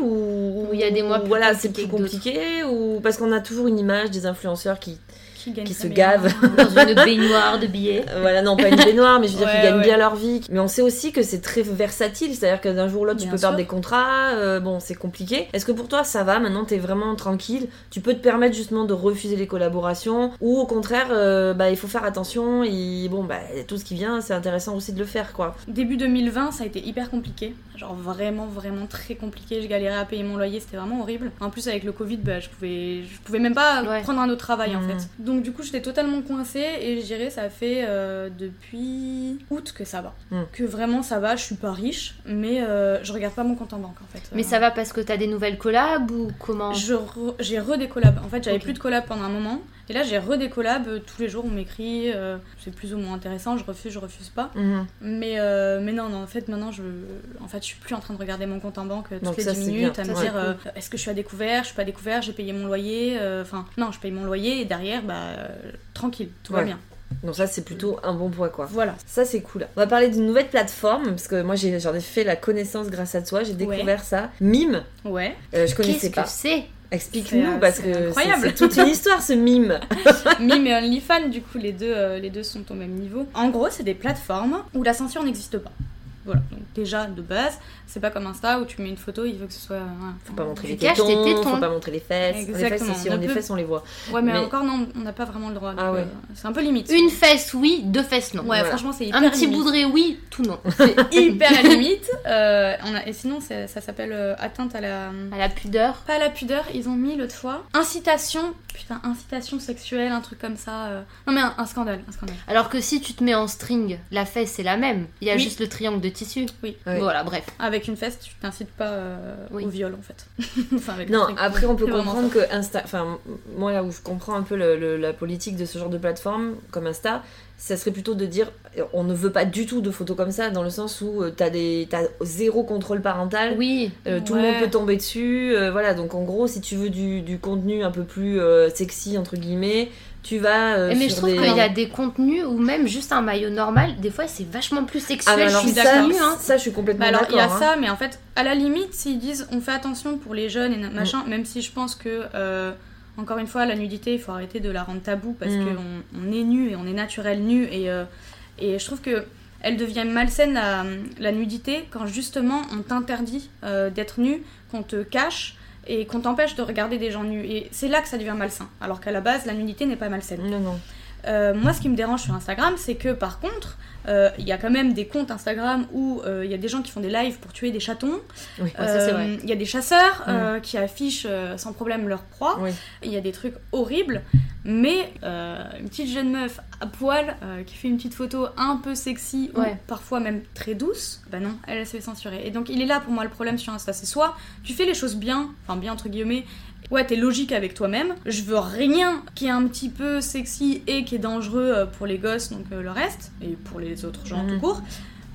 A: Ou
E: ou
A: il y a des mois
E: ou
A: plus
E: voilà, c'est
A: compliqués
E: plus
A: que d'autres.
E: compliqué ou parce qu'on a toujours une image des influenceurs qui
F: Qui, gagne
E: Qui
F: très
E: se
F: bien.
E: gave.
A: Dans une baignoire de billets.
E: Euh, voilà, non, pas une baignoire, mais je veux dire
F: Ouais,
E: qu'ils gagnent
F: ouais.
E: bien leur vie. Mais on sait aussi que c'est très versatile, c'est-à-dire que d'un jour ou l'autre, tu
F: Bien
E: peux perdre
F: sûr.
E: des contrats, euh, bon, c'est compliqué. Est-ce que pour toi, ça va Maintenant, t'es vraiment tranquille, tu peux te permettre justement de refuser les collaborations, ou au contraire, euh, bah, il faut faire attention, et bon, bah, tout ce qui vient, c'est intéressant aussi de le faire, quoi.
F: Début 2020, ça a été hyper compliqué. Genre vraiment, vraiment très compliqué. Je galérais à payer mon loyer, c'était vraiment horrible. En plus, avec le Covid, bah, je, pouvais, je pouvais même pas
A: Ouais.
F: prendre un autre travail en
E: Mhm.
F: fait. Donc, du coup, j'étais totalement coincée et je dirais, ça fait euh, depuis août que ça va.
E: Mhm.
F: Que vraiment ça va, je suis pas riche, mais euh, je regarde pas mon compte en banque en fait.
A: Mais
F: Euh,
A: ça va parce que t'as des nouvelles collabs ou comment
F: je re- j'ai redécollab. En fait, j'avais
A: Ok.
F: plus de collab pendant un moment. Et là, j'ai redécollab. Euh, Tous les jours, on m'écrit. euh, c'est plus ou moins intéressant. Je refuse, je refuse pas.
E: Mhm.
F: Mais, euh, mais non, non, en fait, maintenant, je, en fait, je suis plus en train de regarder mon compte en banque euh, toutes
E: Donc
F: les
E: ça,
F: 10
E: c'est
F: minutes,
E: bien.
F: à me
E: Ça,
F: dire
E: c'est
F: euh, est-ce que je suis à découvert, je suis pas à découvert, j'ai payé mon loyer. euh, Enfin, non, je paye mon loyer et derrière, bah, euh, tranquille, tout va
E: Ouais.
F: bien.
E: Donc, ça, c'est plutôt un bon point, quoi.
F: Voilà.
E: Ça, c'est cool. On va parler d'une nouvelle plateforme, parce que moi, j'ai- j'en ai fait la connaissance grâce à toi, j'ai découvert ça. Mime,
F: Ouais.
E: euh, je
A: Qu'est-ce
E: connaissais
A: que
E: pas.
A: c'est
F: C'est,
E: Explique-nous,
F: euh,
E: parce
F: c'est
E: que c'est-
F: incroyable.
E: c'est toute une histoire, ce mime.
F: Mime et OnlyFans, du coup, les deux, euh, les deux sont au même niveau. En gros, c'est des plateformes où la censure n'existe pas. Voilà, donc déjà de base, c'est pas comme Insta où tu mets une photo, il faut que ce soit. euh,
E: Faut pas montrer
A: Tu
E: les
A: caches tes
E: tétons,
A: tétons.
E: faut pas montrer les fesses.
F: Exactement,
E: Les fesses, si
F: on
E: on
F: ne
E: les
F: peut-
E: fesses, on les voit.
F: Ouais, mais,
E: Mais-
F: encore, non, on n'a pas vraiment le droit. donc,
E: Ah ouais.
F: euh, c'est un peu limite.
A: Une fesse, oui, deux fesses, non.
F: Ouais,
E: Voilà.
F: franchement, c'est hyper
A: Un petit
F: limite.
A: boudré, oui, tout non.
F: hyper à la limite. Euh, on a- et sinon, ça, ça s'appelle euh, atteinte à la.
A: À la pudeur.
F: Pas à la pudeur, ils ont mis l'autre fois. Incitation, putain, incitation sexuelle, un truc comme ça. euh. Non mais un, un scandale, un scandale.
A: Alors que si tu te mets en string, la fesse est la même. Il y a
F: Oui.
A: juste le triangle de tissu.
F: Oui.
E: Ouais.
A: Voilà, bref.
F: Avec une fesse, tu t'incites pas euh,
A: Oui.
F: au viol en fait. Enfin, avec le
E: Non,
F: truc.
E: après on peut
F: C'est vraiment
E: comprendre que Insta, enfin m- moi là où je comprends un peu le- le- la politique de ce genre de plateforme comme Insta, ça serait plutôt de dire euh, on ne veut pas du tout de photos comme ça dans le sens où euh, t'as des t'as zéro contrôle parental,
A: Oui.
E: euh, tout le
F: Ouais.
E: monde peut tomber dessus, euh, voilà donc en gros si tu veux du, du contenu un peu plus euh, sexy entre guillemets, tu vas euh,
A: Eh, mais
E: sur
A: je trouve
E: des-
A: qu'il y a des contenus où même juste un maillot normal, des fois c'est vachement plus
E: ah,
A: sexuel.
E: mais alors,
A: je suis
E: ça,
A: d'accord. Hein.
E: ça je suis complètement
F: Bah alors il y a
E: d'accord, hein.
F: ça, mais en fait, à la limite, s'ils disent on fait attention pour les jeunes et
E: Mm.
F: na- machin, même si je pense que, euh, encore une fois, la nudité, il faut arrêter de la rendre taboue parce
E: Mm.
F: qu'on on est nu et on est naturel nu. Et, euh, et je trouve que elle devient malsaine la, la nudité quand justement on t'interdit euh, d'être nu, qu'on te cache et qu'on t'empêche de regarder des gens nus. Et c'est là que ça devient malsain, alors qu'à la base, la nudité n'est pas malsaine.
E: Non non.
F: Euh, moi, ce qui me dérange sur Instagram, c'est que par contre, euh, il y a quand même des comptes Instagram où euh, il y a des gens qui font des lives pour tuer des chatons.
E: Oui. bah,
A: Ouais, ça, c'est vrai. Mm.
F: Euh, Il y a des chasseurs euh, qui affichent euh, sans problème leur proie.
E: Oui.
F: Il y a des trucs horribles. Mais euh, une petite jeune meuf à poil euh, qui fait une petite photo un peu sexy ou
A: Ouais.
F: parfois même très douce, bah non, elle, elle se fait censurer. Et donc il est là pour moi le problème sur Insta, c'est soit tu fais les choses bien, enfin bien entre guillemets, ouais t'es logique avec toi-même, je veux rien qui est un petit peu sexy et qui est dangereux euh, pour les gosses, donc euh, le reste, et pour les autres gens
E: Mhm.
F: tout court,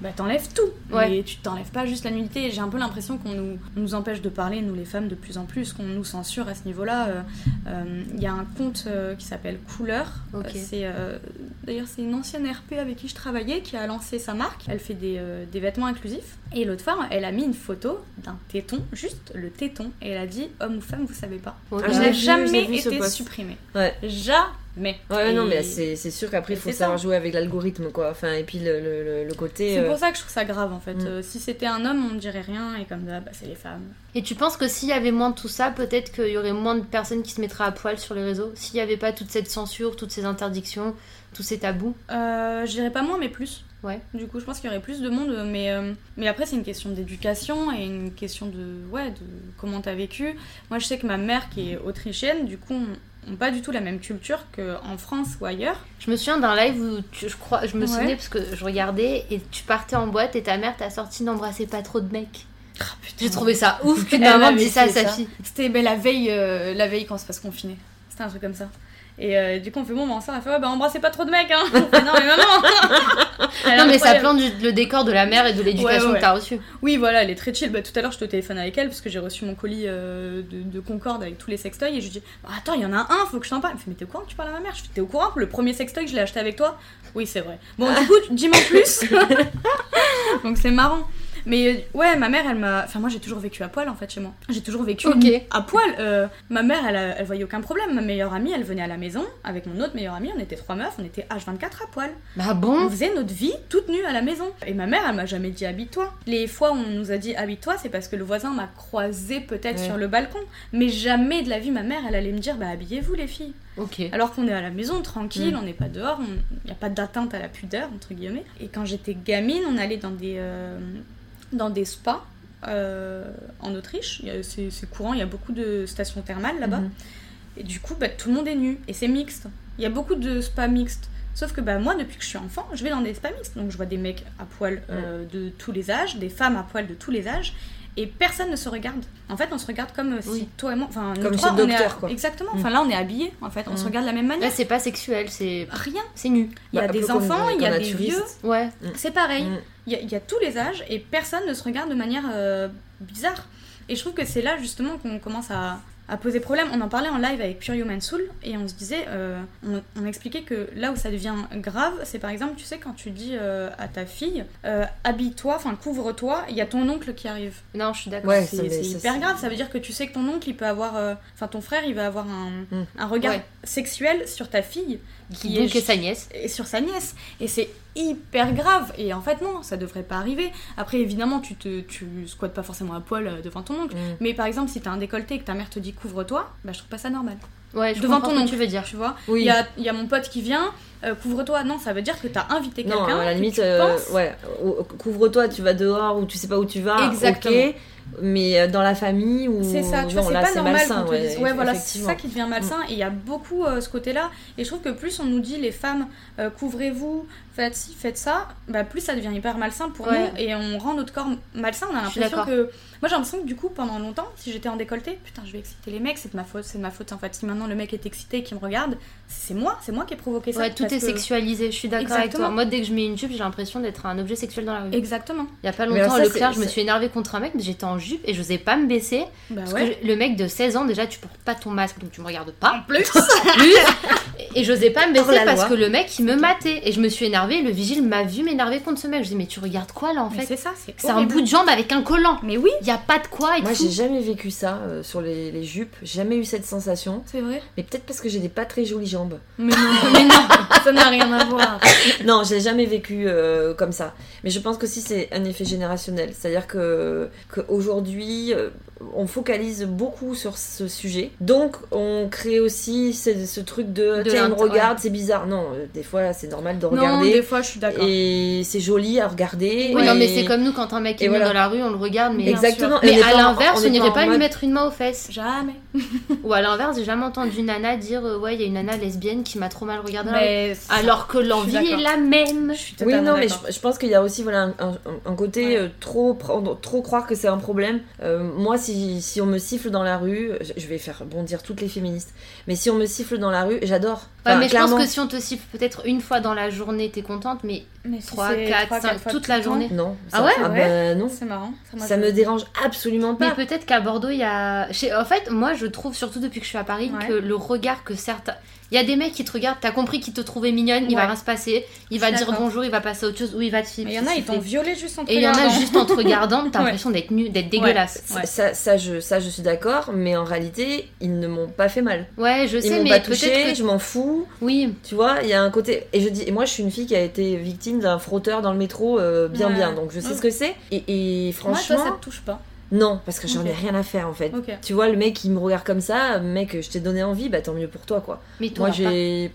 F: bah t'enlèves tout.
A: Ouais.
F: Mais tu t'enlèves pas juste la nudité. Et J'ai un peu l'impression qu'on nous, on nous empêche de parler, nous les femmes, de plus en plus, qu'on nous censure à ce niveau-là. Euh, euh, Il y a un compte euh, qui s'appelle Couleur.
A: Ok.
F: Euh, c'est euh, D'ailleurs, c'est une ancienne RP avec qui je travaillais qui a lancé sa marque. Elle fait des, euh, des vêtements inclusifs. Et l'autre fois, elle a mis une photo d'un téton, juste le téton. Et elle a dit Homme ou femme, vous savez pas.
A: Oh,
E: Ah,
A: là.
F: Je
E: j'ai
F: n'ai
E: vu,
F: jamais
E: j'ai vu ce
F: été
E: post.
F: supprimée.
E: Ouais.
F: Jamais.
E: Ouais, non,
F: Et-
E: mais là, c'est c'est sûr qu'après,
F: Et
E: il faut
F: c'est ça.
E: savoir jouer avec l'algorithme, quoi. Enfin, et puis le, le- le- le côté.
F: C'est
E: euh,
F: pour ça que je trouve ça grave en fait.
E: Mm.
F: Euh, si c'était un homme, on ne dirait rien et comme ça, bah, c'est les femmes.
A: Et tu penses que s'il y avait moins de tout ça, peut-être qu'il y aurait moins de personnes qui se mettraient à poil sur les réseaux S'il n'y avait pas toute cette censure, toutes ces interdictions, tous ces tabous
F: Euh, je dirais pas moins, mais plus.
A: Ouais.
F: Du coup, je pense qu'il y aurait plus de monde, mais, euh, mais après, c'est une question d'éducation et une question de, ouais, de comment t'as vécu. Moi, je sais que ma mère, qui est autrichienne, du coup, on, on pas du tout la même culture qu'en France ou ailleurs.
A: Je me souviens d'un live où tu- je crois, je me
F: Ouais.
A: souvenais parce que je regardais et tu partais en boîte et ta mère t'a sorti n'embrassez pas trop de mecs. J'ai Ah, trouvé ça ouf qu'une
F: Elle
A: maman
F: m'avait
A: dise ça à
F: fait
A: sa
F: ça.
A: fille.
F: C'était ben, la veille, euh, la veille qu'on se fasse confiner. C'était un truc comme ça. Et euh, du coup, on fait bon, bah, on sort, elle fait ouais, bah embrassez pas trop de mecs, hein. On fait, non, mais maman Elle est
A: Non, mais ça
F: incroyable.
A: plante du- le décor de la mère et de l'éducation
F: Ouais, ouais.
A: que t'as reçue.
F: Oui, voilà, elle est très chill. Bah, tout à l'heure, je te téléphone avec elle parce que j'ai reçu mon colis euh, de, de Concorde avec tous les sextoys et je lui dis Bah, Attends, il y en a un, faut que je t'en parle. Elle me fait Mais t'es au courant que tu parles à ma mère Je fais T'es au courant que le premier sextoy, je l'ai acheté avec toi Oui, c'est vrai. Bon, du coup, tu- dis-moi plus Donc, c'est marrant. Mais euh, ouais, ma mère, elle m'a. Enfin, moi, j'ai toujours vécu à poil en fait chez moi. J'ai toujours vécu
A: Ok.
F: à poil. Euh, ma mère, elle, a- elle voyait aucun problème. Ma meilleure amie, elle venait à la maison avec mon autre meilleure amie. On était trois meufs, on était H24 à poil.
A: Bah
F: On
A: bon
F: faisait notre vie toute nue à la maison. Et ma mère, elle m'a jamais dit habite-toi. Les fois où on nous a dit habite-toi, c'est parce que le voisin m'a croisé peut-être
E: Ouais.
F: sur le balcon. Mais jamais de la vie, ma mère, elle allait me dire bah habillez-vous les filles.
A: Ok.
F: Alors qu'on est à la maison, tranquille,
A: Mm.
F: on n'est pas dehors, il n'y a pas d'atteinte à la pudeur, entre guillemets. Et quand j'étais gamine, on allait dans des, euh, dans des spas. euh, en Autriche, Il y a- c'est c'est courant, il y a beaucoup de stations thermales là-bas.
E: Mhm.
F: Et du coup, bah, tout le monde est nu. Et c'est mixte. Il y a beaucoup de spas mixtes. Sauf que bah, moi, depuis que je suis enfant, je vais dans des spas mixtes. Donc je vois des mecs à poil euh, de tous les âges, des femmes à poil de tous les âges. Et personne ne se regarde. En fait, on se regarde comme euh, si
A: Oui.
F: toi et moi. Enfin, nous
E: Comme
F: trois,
E: chez le
F: on est
E: docteur,
F: à-
E: quoi.
F: Exactement. Enfin, là, on est habillés, en fait. On se
E: Mm.
F: regarde de la même manière.
A: Là, c'est pas sexuel, c'est.
F: Rien.
A: C'est nu.
F: Il y a
E: Bah, un peu
F: des
E: comme
F: enfants,
E: les
F: il y a des
E: naturistes.
F: vieux.
A: Ouais.
F: C'est pareil.
E: Mm.
F: Il y, a- il y a tous les âges et personne ne se regarde de manière euh, bizarre. Et je trouve que c'est là justement qu'on commence à, à poser problème. On en parlait en live avec Purio Mansoul et on se disait, euh, on, on expliquait que là où ça devient grave, c'est par exemple, tu sais, quand tu dis euh, à ta fille, euh, habille-toi, enfin couvre-toi, il y a ton oncle qui arrive.
A: Non, je suis d'accord.
E: Ouais,
F: C'est
E: ça, mais
F: c'est
E: ça,
F: hyper
E: c'est-
F: grave, ça veut dire que tu sais que ton oncle il peut avoir, euh, enfin ton frère il va avoir un,
E: Mm.
F: un regard
A: Ouais.
F: sexuel sur ta fille qui
A: Qui donc est sa nièce.
F: et sur sa nièce. Et c'est hyper grave. Et en fait, non, ça devrait pas arriver. Après, évidemment, tu te tu squattes pas forcément à poil euh, devant ton oncle.
E: Mm.
F: Mais par exemple, si t'as un décolleté et que ta mère te dit couvre-toi, bah je trouve pas ça normal.
A: Ouais, je
F: Devant
A: comprends
F: ton
A: ce que
F: oncle.
A: tu veux dire.
F: Tu vois Il
E: Oui.
F: y, a, il y a mon pote qui vient, euh, couvre-toi. Non, ça veut dire que t'as invité quelqu'un.
E: Non, à la
F: que
E: limite,
F: tu
E: euh,
F: penses-
E: ouais, au- couvre-toi, tu vas dehors ou tu sais pas où tu vas.
F: Exactement.
E: Ok, mais euh, dans la famille ou.
F: C'est ça, tu
A: Mmh,
E: non,
F: vois,
E: là,
F: c'est pas normal
E: malsain,
F: qu'on te dise.
E: ouais,
F: Ouais, voilà, c'est
E: effectivement.
F: ça qui devient malsain. Et il y a beaucoup euh, ce côté-là. Et je trouve que plus on nous dit les femmes, euh, couvrez-vous, faites ci, faites ça, bah, plus ça devient hyper malsain pour
A: Ouais.
F: nous. Et on rend notre corps malsain. On a
A: Je suis
F: l'impression
A: d'accord.
F: que. Moi, j'ai l'impression que du coup, pendant longtemps, si j'étais en décolleté, putain, je vais exciter les mecs, c'est de ma faute, c'est de ma faute. En fait, si maintenant le mec est excité et qu'il me regarde, c'est moi, c'est moi qui ai provoqué ça.
A: Ouais, tout
F: parce
A: est
F: que-
A: sexualisé, je suis d'accord avec toi.
F: Exactement.
A: Moi, dès que je mets une jupe, j'ai l'impression d'être un objet sexuel dans la rue.
F: Exactement.
A: Il y a pas
E: Mais alors
A: longtemps,
E: ça,
A: le Leclerc,
E: c'est-
A: je me
E: c'est-
A: suis énervée contre un mec, mais j'étais en jupe et je n'osais pas me baisser.
F: Bah
A: Parce que
F: ouais.
A: je- le mec de 16 ans, déjà, tu portes pas ton masque, donc tu me regardes pas.
F: En plus,
A: Plus. et j'osais pas me
E: Hors
A: baisser
E: la
A: parce
E: loi.
A: que le mec, il me matait. Et je me suis énervée, le vigile m'a vu m'énerver contre ce mec. Je dis, mais tu regardes quoi là en
F: Mais
A: fait
F: c'est ça, c'est.
A: C'est un
F: horrible.
A: bout de jambe avec un collant.
F: Mais oui,
A: Il y a pas de quoi et
E: Moi,
A: tout.
E: j'ai jamais vécu ça euh, sur les, les jupes. J'ai Jamais eu cette sensation.
F: c'est vrai.
E: Mais peut-être parce que j'ai des pas très jolies jambes.
F: Mais non, mais non, ça n'a rien à voir.
E: non, j'ai jamais vécu euh, comme ça. Mais je pense que si c'est un effet générationnel, c'est-à-dire que qu'aujourd'hui euh, on focalise beaucoup sur ce sujet, donc on crée aussi ce, ce truc de,
A: De
E: tiens, il me
A: l'int-
E: regarde, c'est bizarre. Non, euh, des fois c'est normal de
F: Non,
E: regarder
F: des fois, je suis d'accord.
E: et c'est joli à regarder.
A: Oui,
E: et-
A: non, mais c'est comme nous quand un mec est
E: et
A: nu
E: voilà.
A: dans la rue, on le regarde, mais.
F: Exact.
E: Exactement.
A: Mais
E: Et on
A: à
E: est pas-
A: l'inverse,
E: est
A: on n'irait
E: en
A: pas lui
E: mode-
A: mettre une main aux fesses.
F: Jamais.
A: Ou à l'inverse, j'ai jamais entendu une nana dire euh, Ouais, il y a une nana lesbienne qui m'a trop mal
F: Ah
A: regardée.
F: Mais
A: Alors que l'envie est
F: d'accord.
A: la même.
E: Oui,
F: totalement
E: non, mais
F: d'accord.
E: je, je pense qu'il y a aussi voilà, un, un- un côté
F: Ouais.
E: euh, trop, prendre, trop croire que c'est un problème. Euh, moi, si, si on me siffle dans la rue, je- je vais faire bondir toutes les féministes, mais si on me siffle dans la rue, j'adore.
A: Ouais,
E: Enfin,
A: mais je
E: clairement.
A: pense que si on te siffle peut-être une fois dans la journée, t'es contente, mais
F: mais si
A: 3,
F: c'est
A: 4,
F: trois,
A: 5,
F: quatre fois
A: toute
F: tout
A: la
F: le temps,
A: journée.
E: Non.
A: Ah
E: ça-
A: ouais
E: bah, non.
F: C'est marrant. moi,
E: Ça
F: je-
E: me dérange absolument
A: Mais
E: pas.
A: peut-être qu'à Bordeaux, il y a. Chez- En fait, moi, je trouve, surtout depuis que je suis à Paris,
F: Ouais.
A: que le regard que certains. Il y a des mecs qui te regardent, t'as compris qu'ils te trouvaient mignonne, il va
F: Ouais.
A: rien se passer, il
F: Je
A: va te
F: suis
A: dire
F: d'accord.
A: bonjour, il va passer à autre chose, ou il va te filmer.
F: Mais il y en a, ils t'ont violé juste entre hein.
A: Et il y en a juste en te regardant, t'as
F: Ouais.
A: l'impression d'être nu, d'être dégueulasse.
E: Ça, ça, ça, je, ça, je suis d'accord, mais en réalité, ils ne m'ont pas fait mal.
A: Ouais, je
E: Ils
A: sais,
E: m'ont
A: mais
E: pas
A: peut-être
E: touché,
A: que.
E: je m'en fous.
A: Oui,
E: Tu vois, il y a un côté. Et je dis, et moi je suis une fille qui a été victime d'un frotteur dans le métro euh, bien
F: Ouais.
E: bien, donc je sais
F: Ouais.
E: ce que c'est. Et, et franchement,
F: Moi, toi, ça te touche pas.
E: non, parce que j'en ai
F: Ok.
E: rien à faire en fait.
F: Ok.
E: Tu vois, le mec il me regarde comme ça, mec, je t'ai donné envie, bah tant mieux pour toi quoi.
A: mais toi.
E: Moi j'ai.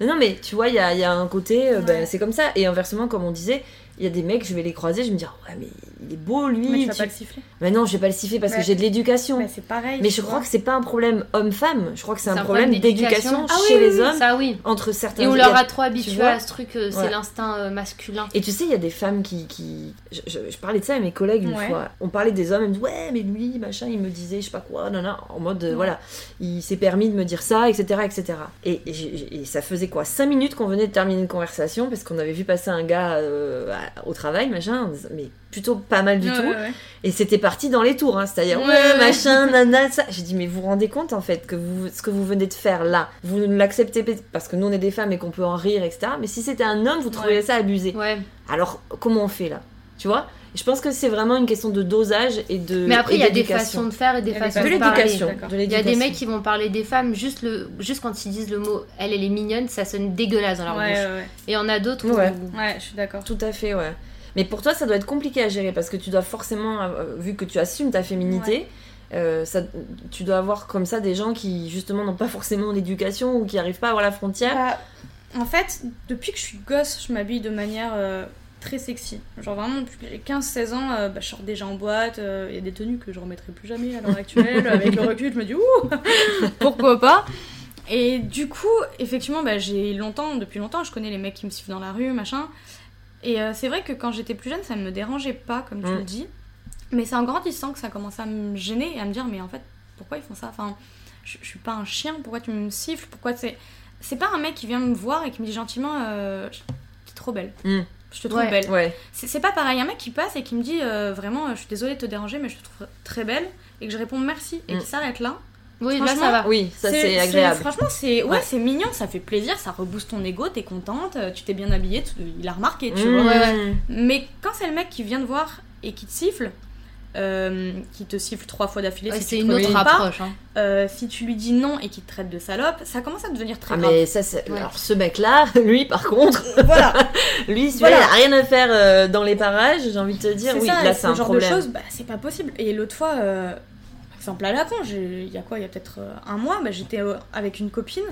E: Non, non, mais tu vois, il y a, il y a un côté, euh, bah,
F: Ouais.
E: c'est comme ça. Et inversement, comme on disait, il y a des mecs, je vais les croiser, je vais me dire, ouais, mais il est beau lui.
F: Mais tu vas
E: tu-
F: pas le siffler.
E: Mais non, je vais pas le siffler parce que
F: Ouais.
E: j'ai de l'éducation.
F: Mais c'est pareil.
E: Mais
F: tu
E: je crois
F: vois.
E: que c'est pas un problème homme-femme. Je crois que c'est un, problème d'éducation
A: Ah oui,
E: chez
A: oui, oui,
E: les hommes
A: Ça oui.
E: entre certains.
A: Et on
E: il y
A: leur
E: a-
A: a trop habitué
E: vois
A: à ce truc, euh, c'est
E: Ouais.
A: l'instinct euh, masculin.
E: Et tu sais, il y a des femmes qui. qui... Je, je- je parlais de ça à mes collègues une
F: Ouais.
E: fois. On parlait des hommes, ils me disaient Ouais, mais lui, machin, il me disait, je sais pas quoi, non, non, en mode, euh, voilà, il s'est permis de me dire ça, etc. etc. Et, et j'ai- j'ai- et ça faisait quoi 5 minutes qu'on venait de terminer une conversation parce qu'on avait vu passer un gars euh, à- au travail, machin, en disant, mais plutôt pas mal du
F: Ouais,
E: tout.
F: ouais, ouais.
E: Et c'était parti dans les tours, hein, c'est-à-dire
A: Ouais,
E: ouais,
A: ouais.
E: machin, nana, ça. J'ai dit mais vous vous rendez compte en fait que vous, ce que vous venez de faire là, vous ne l'acceptez pas parce que nous on est des femmes et qu'on peut en rire, etc. Mais si c'était un homme, vous trouveriez ça abusé.
A: Ouais.
E: Alors comment on fait là Tu vois Je pense que c'est vraiment une question de dosage et de.
A: Mais après,
E: et
A: il y a des
E: d'éducation.
A: façons de faire et des
F: Il y a des
A: façons
E: de
A: de parler.
E: l'éducation.
F: D'accord.
E: de
A: Il y a des
E: l'éducation.
A: mecs qui vont parler des femmes juste, le, juste quand ils disent le mot elle, elle est mignonne, ça sonne dégueulasse dans leur
F: Ouais,
A: bouche.
F: ouais, ouais.
A: Et il y en a d'autres où-
E: Ouais.
F: Ouais, je suis d'accord.
E: Tout à fait, ouais. Mais pour toi, ça doit être compliqué à gérer parce que tu dois forcément, euh, vu que tu assumes ta féminité, euh, ça, tu dois avoir comme ça des gens qui justement n'ont pas forcément l'éducation ou qui n'arrivent pas à voir la frontière.
F: Bah, en fait, depuis que je suis gosse, je m'habille de manière euh, très sexy. Genre vraiment, depuis que j'ai 15-16 ans, euh, bah, je sors déjà en boîte. euh, Il y a des tenues que je remettrai plus jamais à l'heure actuelle. Avec le recul, je me dis, ouh, pourquoi pas Et du coup, effectivement, bah, j'ai longtemps, depuis longtemps, je connais les mecs qui me sifflent dans la rue, machin. Et euh, c'est vrai que quand j'étais plus jeune, ça ne me dérangeait pas, comme tu
E: Mm.
F: le dis. Mais c'est en grandissant que ça commence à me gêner et à me dire, mais en fait, pourquoi ils font ça Enfin, je, je suis pas un chien, pourquoi tu me siffles Pourquoi tu sais C'est pas un mec qui vient me voir et qui me dit gentiment, euh, je- t'es trop belle.
E: Mm.
F: Je te trouve
A: Ouais.
F: belle.
E: Ouais.
F: C'est c'est pas pareil, un mec qui passe et qui me dit euh, vraiment, euh, je suis désolée de te déranger, mais je te trouve très belle, et que je réponds merci, et
E: Mm.
F: qui s'arrête là.
A: Oui, là ça
F: Franchement,
A: va.
E: Oui, ça c'est agréable.
F: Franchement, c'est ouais,
E: Ouais.
F: c'est mignon, ça fait plaisir, ça rebooste ton ego, t'es contente, euh, tu t'es bien habillée, tu- il a remarqué, tu
E: Mmh.
F: vois.
A: Ouais, ouais.
F: Mais quand c'est le mec qui vient te voir et qui te siffle, euh, qui te siffle trois fois d'affilée,
A: Ouais,
F: si
A: c'est
F: tu te
A: une autre
F: recules pas,
A: approche. hein.
F: euh, si tu lui dis non et qu'il te traite de salope, ça commence à devenir très
E: Ah
F: grave.
E: mais ça c'est
A: Ouais.
E: alors ce mec là, lui par contre,
F: Voilà.
E: lui celui-là
F: Voilà.
E: il a rien à faire euh, dans les parages, j'ai envie de te dire
F: C'est
E: oui,
F: ça,
E: là
F: ce
E: c'est un
F: genre
E: problème.
F: de choses, bah, c'est pas possible. Et l'autre fois, euh, exemple à la con, j'ai- il y a quoi, il y a peut-être euh, un mois, bah, j'étais euh, avec une copine.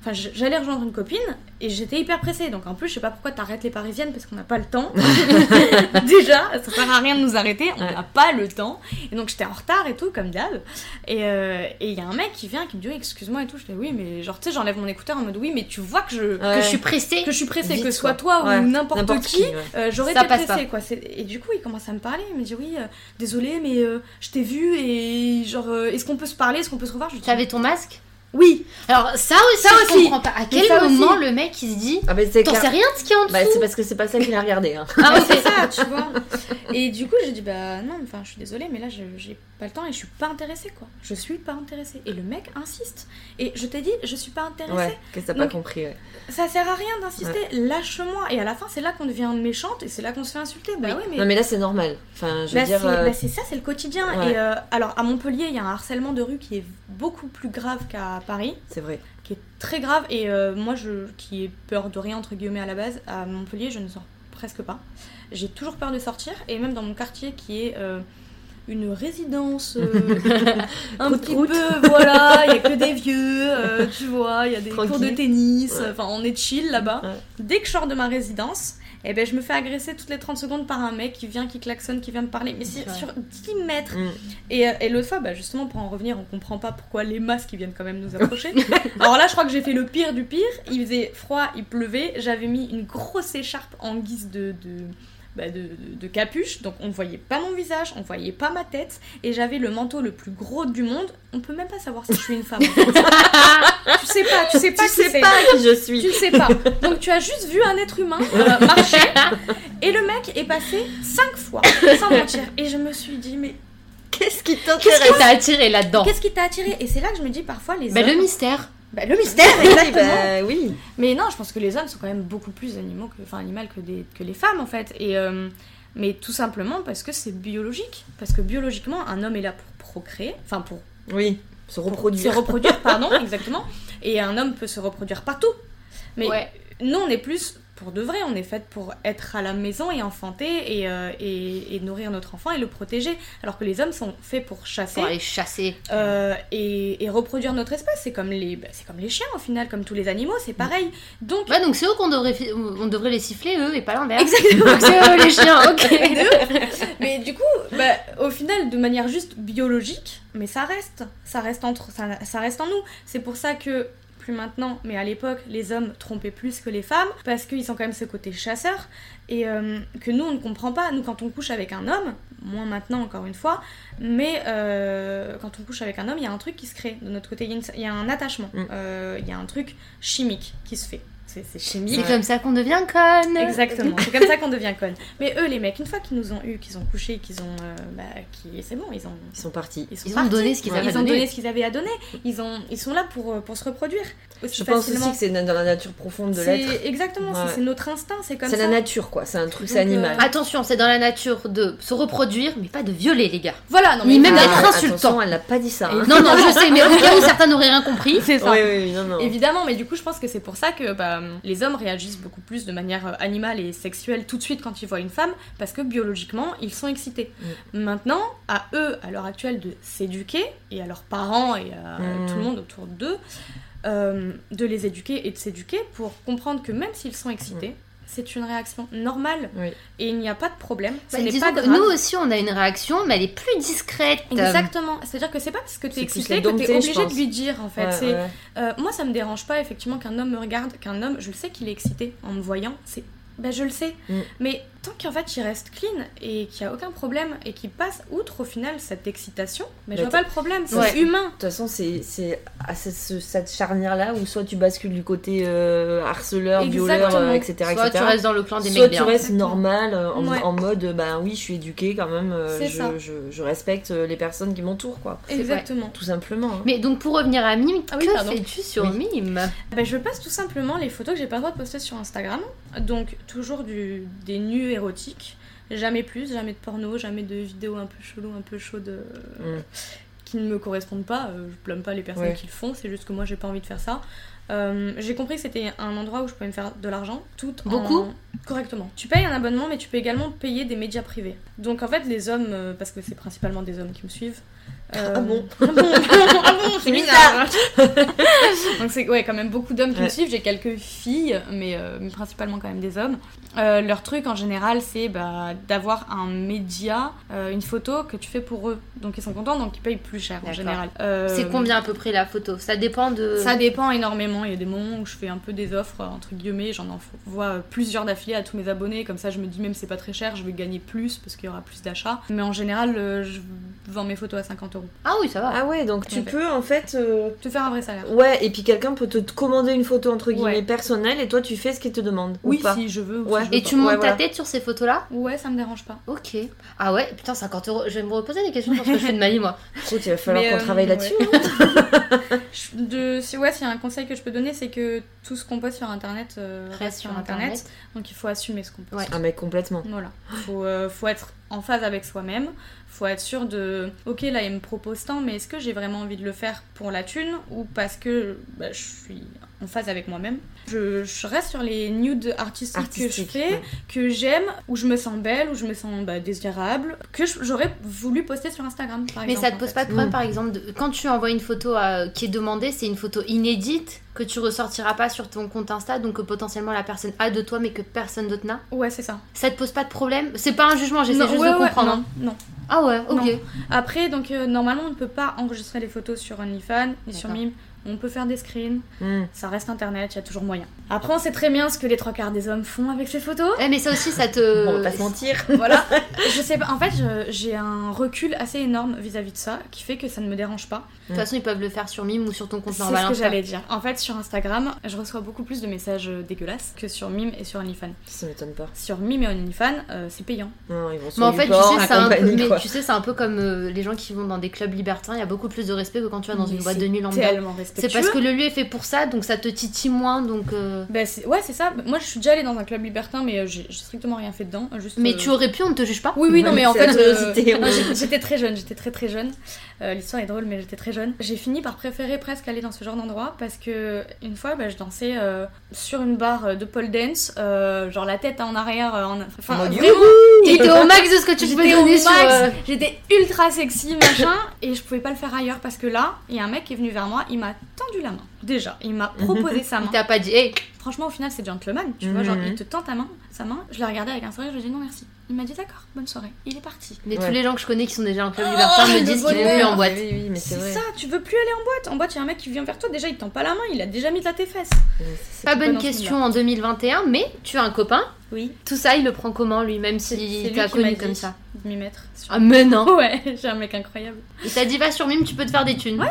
F: Enfin, j- j'allais rejoindre une copine et j'étais hyper pressée. Donc en plus, je sais pas pourquoi t'arrêtes les Parisiennes parce qu'on n'a pas le temps. Déjà, ça sert à rien de nous arrêter, on
E: Ouais.
F: n'a pas le temps. Et donc j'étais en retard et tout, comme d'hab. Et euh, et il y a un mec qui vient qui me dit Oui, excuse-moi et tout. Je dis oui, mais genre tu sais, j'enlève mon écouteur en mode oui, mais tu vois que je
E: Ouais.
A: Que je suis pressée.
F: que je suis pressée,
E: Vite,
F: que ce soit
E: quoi.
F: toi
E: Ouais,
F: ou n'importe qui.
E: ouais.
F: Euh, J'aurais
A: Ça
F: été
A: passe
F: pressée, quoi. C'est- Et du coup, il commence à me parler. Il me dit Oui, euh, désolé, mais euh, je t'ai vu et genre, euh, est-ce qu'on peut se parler Est-ce qu'on peut se revoir Je lui dis,
A: T'avais ton masque
F: Oui
A: Alors ça aussi,
F: Ça
A: je
F: aussi.
A: comprends pas. À quel
F: ça aussi.
A: moment le mec il se dit
E: Ah ben c'est
A: T'en
E: clair-
A: sais rien de ce qui est en
E: Bah,
A: dessous
E: c'est parce que c'est pas ça qu'il a regardé hein.
A: Ah,
F: Ouais,
A: ouais,
F: bah, c'est ça, tu vois. Et du coup, j'ai dit Bah non, enfin, je suis désolée, mais là, je- j'ai pas le temps et je suis pas intéressée, quoi. Je suis pas intéressée. Et le mec insiste. Et je t'ai dit Je suis pas intéressée.
E: Ouais, que t'as pas
F: Donc-
E: compris. ouais.
F: Ça sert à rien d'insister. Lâche-moi. Et à la fin, c'est là qu'on devient méchante et c'est là qu'on se fait insulter. Bah oui, mais.
E: Non mais là c'est normal. Enfin, je veux
F: Bah,
E: dire
F: c'est
E: euh,
F: bah, c'est ça, c'est le quotidien.
E: ouais.
F: Et euh, alors à Montpellier, il y a un harcèlement de rue qui est beaucoup plus grave qu'à Paris,
E: c'est vrai.
F: qui est très grave. Et euh, moi, je, qui ai peur de rien entre guillemets à la base, à Montpellier, je ne sors presque pas. J'ai toujours peur de sortir. Et même dans mon quartier, qui est euh, une résidence, euh, un
E: Croûte,
F: petit
E: croûte.
F: peu, voilà, il y a que des vieux, euh, tu vois, il y a des cours de
E: Tranquille.
F: tennis.
E: Ouais.
F: Enfin, on est chill là-bas.
E: Ouais.
F: Dès que je sors de ma résidence, eh ben, je me fais agresser toutes les 30 secondes par un mec qui vient, qui klaxonne, qui vient me parler. Mais c'est
A: Ouais.
F: sur 10 mètres.
E: Mm.
F: Et, euh, et l'autre fois, bah, justement, pour en revenir, on comprend pas pourquoi les masques ils viennent quand même nous approcher. Alors là, je crois que j'ai fait le pire du pire. Il faisait froid, il pleuvait. J'avais mis une grosse écharpe en guise de. de... bah, de, de- de capuche, donc on voyait pas mon visage, on voyait pas ma tête, et j'avais le manteau le plus gros du monde. On peut même pas savoir si je suis une femme. en fait. tu sais pas, tu sais pas
E: tu
F: qui
E: sais
F: c'est.
E: pas qui je suis.
F: Tu sais pas. Donc tu as juste vu un être humain euh, marcher et le mec est passé cinq fois, sans mentir. Et je me suis dit, mais
E: Qu'est-ce qui
A: Qu'est-ce
E: t'intéresse
A: qui t'a attiré là-dedans
F: qu'est-ce qui t'a attiré Et c'est là que je me dis parfois les
A: Bah,
F: hommes.
A: le mystère.
F: Bah, le mystère, exactement.
E: Bah oui.
F: Mais non, je pense que les hommes sont quand même beaucoup plus animaux que, enfin, animal que, des, que les femmes en fait. Et, euh, mais tout simplement parce que c'est biologique. Parce que biologiquement, un homme est là pour procréer, enfin pour
E: bah, Oui, se
F: pour
E: reproduire.
F: Se reproduire, pardon, exactement. Et un homme peut se reproduire partout. Mais
A: Ouais.
F: nous, on est plus pour de vrai, on est faite pour être à la maison et enfanter et, euh, et, et nourrir notre enfant et le protéger. Alors que les hommes sont faits pour chasser
A: Pour aller chasser.
F: euh, et, et reproduire notre espèce. C'est comme, les- bah, c'est comme les chiens au final, comme tous les animaux, c'est pareil. Donc,
A: Ouais, Bah, donc c'est eux qu'on devrait, fi- on devrait les siffler, eux, et pas l'inverse.
F: exactement.
A: Donc c'est eux les chiens, ok.
F: Mais du du coup, bah, au final, de manière juste biologique, mais ça reste, ça reste entre, ça, ça reste en nous. C'est pour ça que plus maintenant, mais à l'époque, les hommes trompaient plus que les femmes parce qu'ils ont quand même ce côté chasseur et euh, que nous on ne comprend pas. Nous, quand on couche avec un homme, moins maintenant encore une fois, mais euh, quand on couche avec un homme, il y a un truc qui se crée de notre côté. Il y a, une- il y a un attachement,
E: Mm.
F: euh, il y a un truc chimique qui se fait. C'est c'est chimique.
A: C'est comme ça qu'on devient conne.
F: Exactement, c'est comme ça qu'on devient conne. Mais eux, les mecs, une fois qu'ils nous ont eu, qu'ils ont couché, qu'ils ont. euh, bah, qui, c'est bon, ils ont.
E: Ils sont partis.
F: sont
A: Ils ont
F: partis.
A: donné ce qu'ils
E: Ouais.
A: avaient
F: Ils ont
A: donné.
F: donné ce qu'ils avaient à donner. Ils, ont, ils sont là pour, euh, pour se reproduire. Aussi
E: Je pense aussi
F: facilement.
E: que c'est dans la nature profonde de l'être.
F: C'est- Exactement, c'est-
E: Ouais.
F: c'est notre instinct, c'est comme
E: C'est
F: ça.
E: la nature, quoi. C'est un truc, c'est
F: Donc, euh,
E: animal.
A: Attention, c'est dans la nature de se reproduire, mais pas de violer, les gars.
F: Voilà, non mais.
A: Ni même
E: Ah,
A: d'être
E: attention,
A: insultant.
E: Elle n'a pas dit ça. hein.
A: Non, non, je sais, mais au cas où certains n'auraient rien compris.
F: Ah. C'est
E: Oui, oui, non, non.
F: Évidemment, mais du coup, je pense que c'est pour ça que bah, les hommes réagissent beaucoup plus de manière euh, animale et sexuelle tout de suite quand ils voient une femme, parce que biologiquement, ils sont excités.
E: Mm.
F: Maintenant, à eux, à l'heure actuelle, de s'éduquer, et à leurs parents et à
E: Mm.
F: tout le monde autour d'eux, euh, de les éduquer et de s'éduquer pour comprendre que même s'ils sont excités, c'est une réaction normale,
E: Mm. Oui.
F: et il n'y a pas de problème. Ce
A: Bah,
F: n'est
A: disons
F: pas
A: que
F: grave.
A: nous aussi, on a une réaction, mais elle est plus discrète.
F: Exactement, c'est-à-dire que c'est pas parce que t'es
E: C'est plus
F: excité
E: les
F: que
E: dompter, je
F: t'es obligé
E: pense.
F: de lui dire en fait.
E: Ouais,
F: c'est
E: ouais.
F: euh, moi, ça me dérange pas effectivement qu'un homme me regarde, qu'un homme, je le sais qu'il est excité en me voyant, c'est. Bah, je le sais.
E: Mm.
F: Mais tant qu'en fait il reste clean et qu'il n'y a aucun problème et qu'il passe outre au final cette excitation, mais je
E: Bah,
F: vois pas le problème, c'est
A: Ouais.
F: humain.
E: De toute façon, c'est c'est à ce- ce- cette charnière-là où soit tu bascules du côté euh, harceleur, violeur, euh, etc.
A: Soit
E: etc.
A: tu restes dans le clan des
E: Soit
A: mecs
E: tu
A: bien.
E: restes normal euh, en,
F: Ouais.
E: en mode euh, bah oui je suis éduquée quand même euh,
F: C'est ça.
E: je, je- je respecte euh, les personnes qui m'entourent quoi
F: Exactement.
E: tout simplement hein.
A: Mais donc pour revenir à Mime,
F: Ah oui,
A: que
F: pardon.
A: fais-tu sur
E: Oui.
A: Mime
F: Bah, je passe tout simplement les photos que j'ai pas le droit de poster sur Instagram. Donc, toujours du, des nus érotiques. Jamais plus, jamais de porno, jamais de vidéos un peu chelou, un peu chaudes euh,
E: Mm.
F: qui ne me correspondent pas. Euh, Je blâme pas les personnes
E: Ouais.
F: qui le font, c'est juste que moi j'ai pas envie de faire ça. Euh, j'ai compris que c'était un endroit où je pouvais me faire de l'argent, tout en-
A: Beaucoup
F: correctement. Tu payes un abonnement, mais tu peux également payer des médias privés. Donc en fait, les hommes, euh, parce que c'est principalement des hommes qui me suivent. euh,
E: Ah bon
F: Ah bon, ah bon, c'est
E: Bizarre.
F: bizarre. Donc c'est ouais, quand même beaucoup d'hommes qui me
E: Ouais.
F: suivent. J'ai quelques filles, mais, euh, mais principalement quand même des hommes. Euh, leur truc en général, c'est bah, d'avoir un média, euh, une photo que tu fais pour eux. Donc ils sont contents, donc ils payent plus cher en
A: D'accord.
F: général. Euh,
A: C'est combien à peu près la photo Ça dépend de.
F: ça dépend énormément. Il y a des moments où je fais un peu des offres, euh, entre guillemets, j'en envoie euh, plusieurs d'affilée à tous mes abonnés. Comme ça, je me dis, même si c'est pas très cher, je vais gagner plus parce qu'il y aura plus d'achats. Mais en général, euh, je vends mes photos à 50 euros.
A: Ah oui, ça va.
E: ah ouais donc tu
F: Ouais.
E: peux en fait euh,
F: Te faire un vrai salaire.
E: ouais et puis quelqu'un peut te commander une photo entre guillemets
F: Ouais.
E: personnelle et toi tu fais ce qu'il te demande
F: Oui,
E: ou pas
F: si je veux. ou si
E: Ouais.
F: je veux
A: Et tu
F: pas.
A: montes
E: Ouais,
A: ta
E: voilà.
A: tête sur ces photos-là
F: Ouais, ça me dérange pas.
A: Ok. Ah ouais, putain, 50 euros. Je vais me reposer des questions sur ce que je fais de ma vie, moi.
E: Écoute, il va falloir
F: Mais,
E: qu'on
F: euh,
E: travaille
F: ouais.
E: là-dessus hein.
F: Je- De, si, ouais, s'il y a un conseil que je peux donner, c'est que tout ce qu'on poste sur internet euh, reste sur internet. Donc il faut assumer ce qu'on poste.
A: Ouais.
E: un mec Ah, complètement
F: Voilà. Faut, euh, faut être en phase avec soi-même. Faut être sûr de. Ok, là, il me propose tant, mais est-ce que j'ai vraiment envie de le faire pour la thune ou parce que bah, je suis en phase avec moi-même je, je reste sur les nudes artistiques
E: artistique
F: que je fais,
E: ouais.
F: que j'aime, où je me sens belle, où je me sens bah, désirable, que je- j'aurais voulu poster sur Instagram, par
A: Mais
F: exemple.
A: ça te
F: en
A: pose
F: fait.
A: pas de problème,
E: Mm.
A: par exemple, de- quand tu envoies une photo à- qui est demandée, c'est une photo inédite que tu ressortiras pas sur ton compte Insta, donc que potentiellement la personne a de toi, mais que personne d'autre n'a.
F: Ouais, c'est ça.
A: Ça te pose pas de problème C'est pas un jugement, j'essaie
F: Non,
A: juste
F: ouais,
A: de
F: ouais,
A: comprendre.
F: non, non.
A: Ah ouais, ok.
F: Non. Après, donc euh, normalement, on ne peut pas enregistrer les photos sur OnlyFans ni sur
A: D'accord.
F: Mime. On peut faire des screens.
E: Mm.
F: Ça reste internet, il y a toujours moyen.
A: Ah.
F: Après, on sait très bien ce que les trois quarts des hommes font avec ces photos.
A: Eh, mais ça aussi, ça
F: Euh,
E: Bon, on va
A: te.
E: pas se mentir
F: voilà. Je sais pas. En fait, je- j'ai un recul assez énorme vis-à-vis de ça qui fait que ça ne me dérange pas.
A: de toute façon, ils peuvent le faire sur Mime ou sur ton compte
F: C'est
A: normal. hein.
F: ce que
A: Insta.
F: j'allais dire. En fait, sur Instagram, je reçois beaucoup plus de messages euh, dégueulasses que sur Mime et sur OnlyFans.
E: ça m'étonne pas
F: Sur Mime et OnlyFans, euh, c'est payant.
E: non ils vont sur
A: Mais en fait, tu
E: YouPorn,
A: sais,
E: la
A: c'est un, peu-
E: Ah, compagnie,
A: mais
E: quoi.
A: tu sais, c'est un peu comme euh, les gens qui vont dans des clubs libertins, il y a beaucoup plus de respect que quand tu vas dans
F: Mais
A: une boîte
F: c'est
A: de nuit lambda.
F: Tellement
A: C'est
F: respectueux.
A: parce que le lieu est fait pour ça, donc ça te titille moins, donc. euh,
F: Bah, c'est- ouais, c'est ça. Moi, je suis déjà allée dans un club libertin, mais euh, j'ai j'ai strictement rien fait dedans. Juste,
A: Mais
F: euh,
A: tu aurais pu, on ne te juge pas.
F: Oui, oui, non, mais en
E: C'est la
F: fait,
E: curiosité,
F: euh,
E: oui.
F: j'ai- j'étais très jeune, j'étais très très jeune. Euh, L'histoire est drôle, mais j'étais très jeune. J'ai fini par préférer presque aller dans ce genre d'endroit parce que une fois, bah, je dansais euh, sur une barre de pole dance, euh, genre la tête en arrière, euh, en... enfin
E: En mode
F: vraiment,
A: T'étais au max de ce que tu pouvais
F: J'étais au
A: donner
F: max,
A: sur. euh,
F: j'étais ultra sexy, machin, et je pouvais pas le faire ailleurs parce que là, il y a un mec qui est venu vers moi, il m'a tendu la main. Déjà, il m'a proposé sa main.
A: Il t'a pas dit, Eh, hé,
F: Franchement, au final, c'est gentleman. Tu vois, genre,
E: Mhm.
F: il te tend ta main, sa main. Je l'ai regardé avec un sourire, je lui ai dit non, merci. Il m'a dit d'accord, bonne soirée. Il est parti.
A: mais
E: Ouais.
A: tous les gens que je connais qui sont déjà en club libertin me
F: Ah, le
A: disent qu'ils vont
F: bonheur.
A: plus en boîte.
E: ah, Oui, oui, mais c'est
F: C'est
E: vrai.
F: ça, tu veux plus aller en boîte. En boîte, il y a un mec qui vient vers toi, déjà, il te tend pas la main, il a déjà mis de la tes fesses.
E: Mais c'est-
A: Pas
F: pas
A: bonne
F: dans ce
A: question en 2021, mais tu as un copain.
F: Oui.
A: Tout ça, il le prend comment lui, même
F: C'est- c'est
A: s'il
F: lui
A: t'a
F: qui m'a
A: connu
F: dit.
A: comme ça
F: De m'y mettre. sur-
A: Ah, mais non
F: Ouais, j'ai un mec incroyable.
A: Il t'a dit, va sur Mime, tu peux te faire des thunes. Ouais.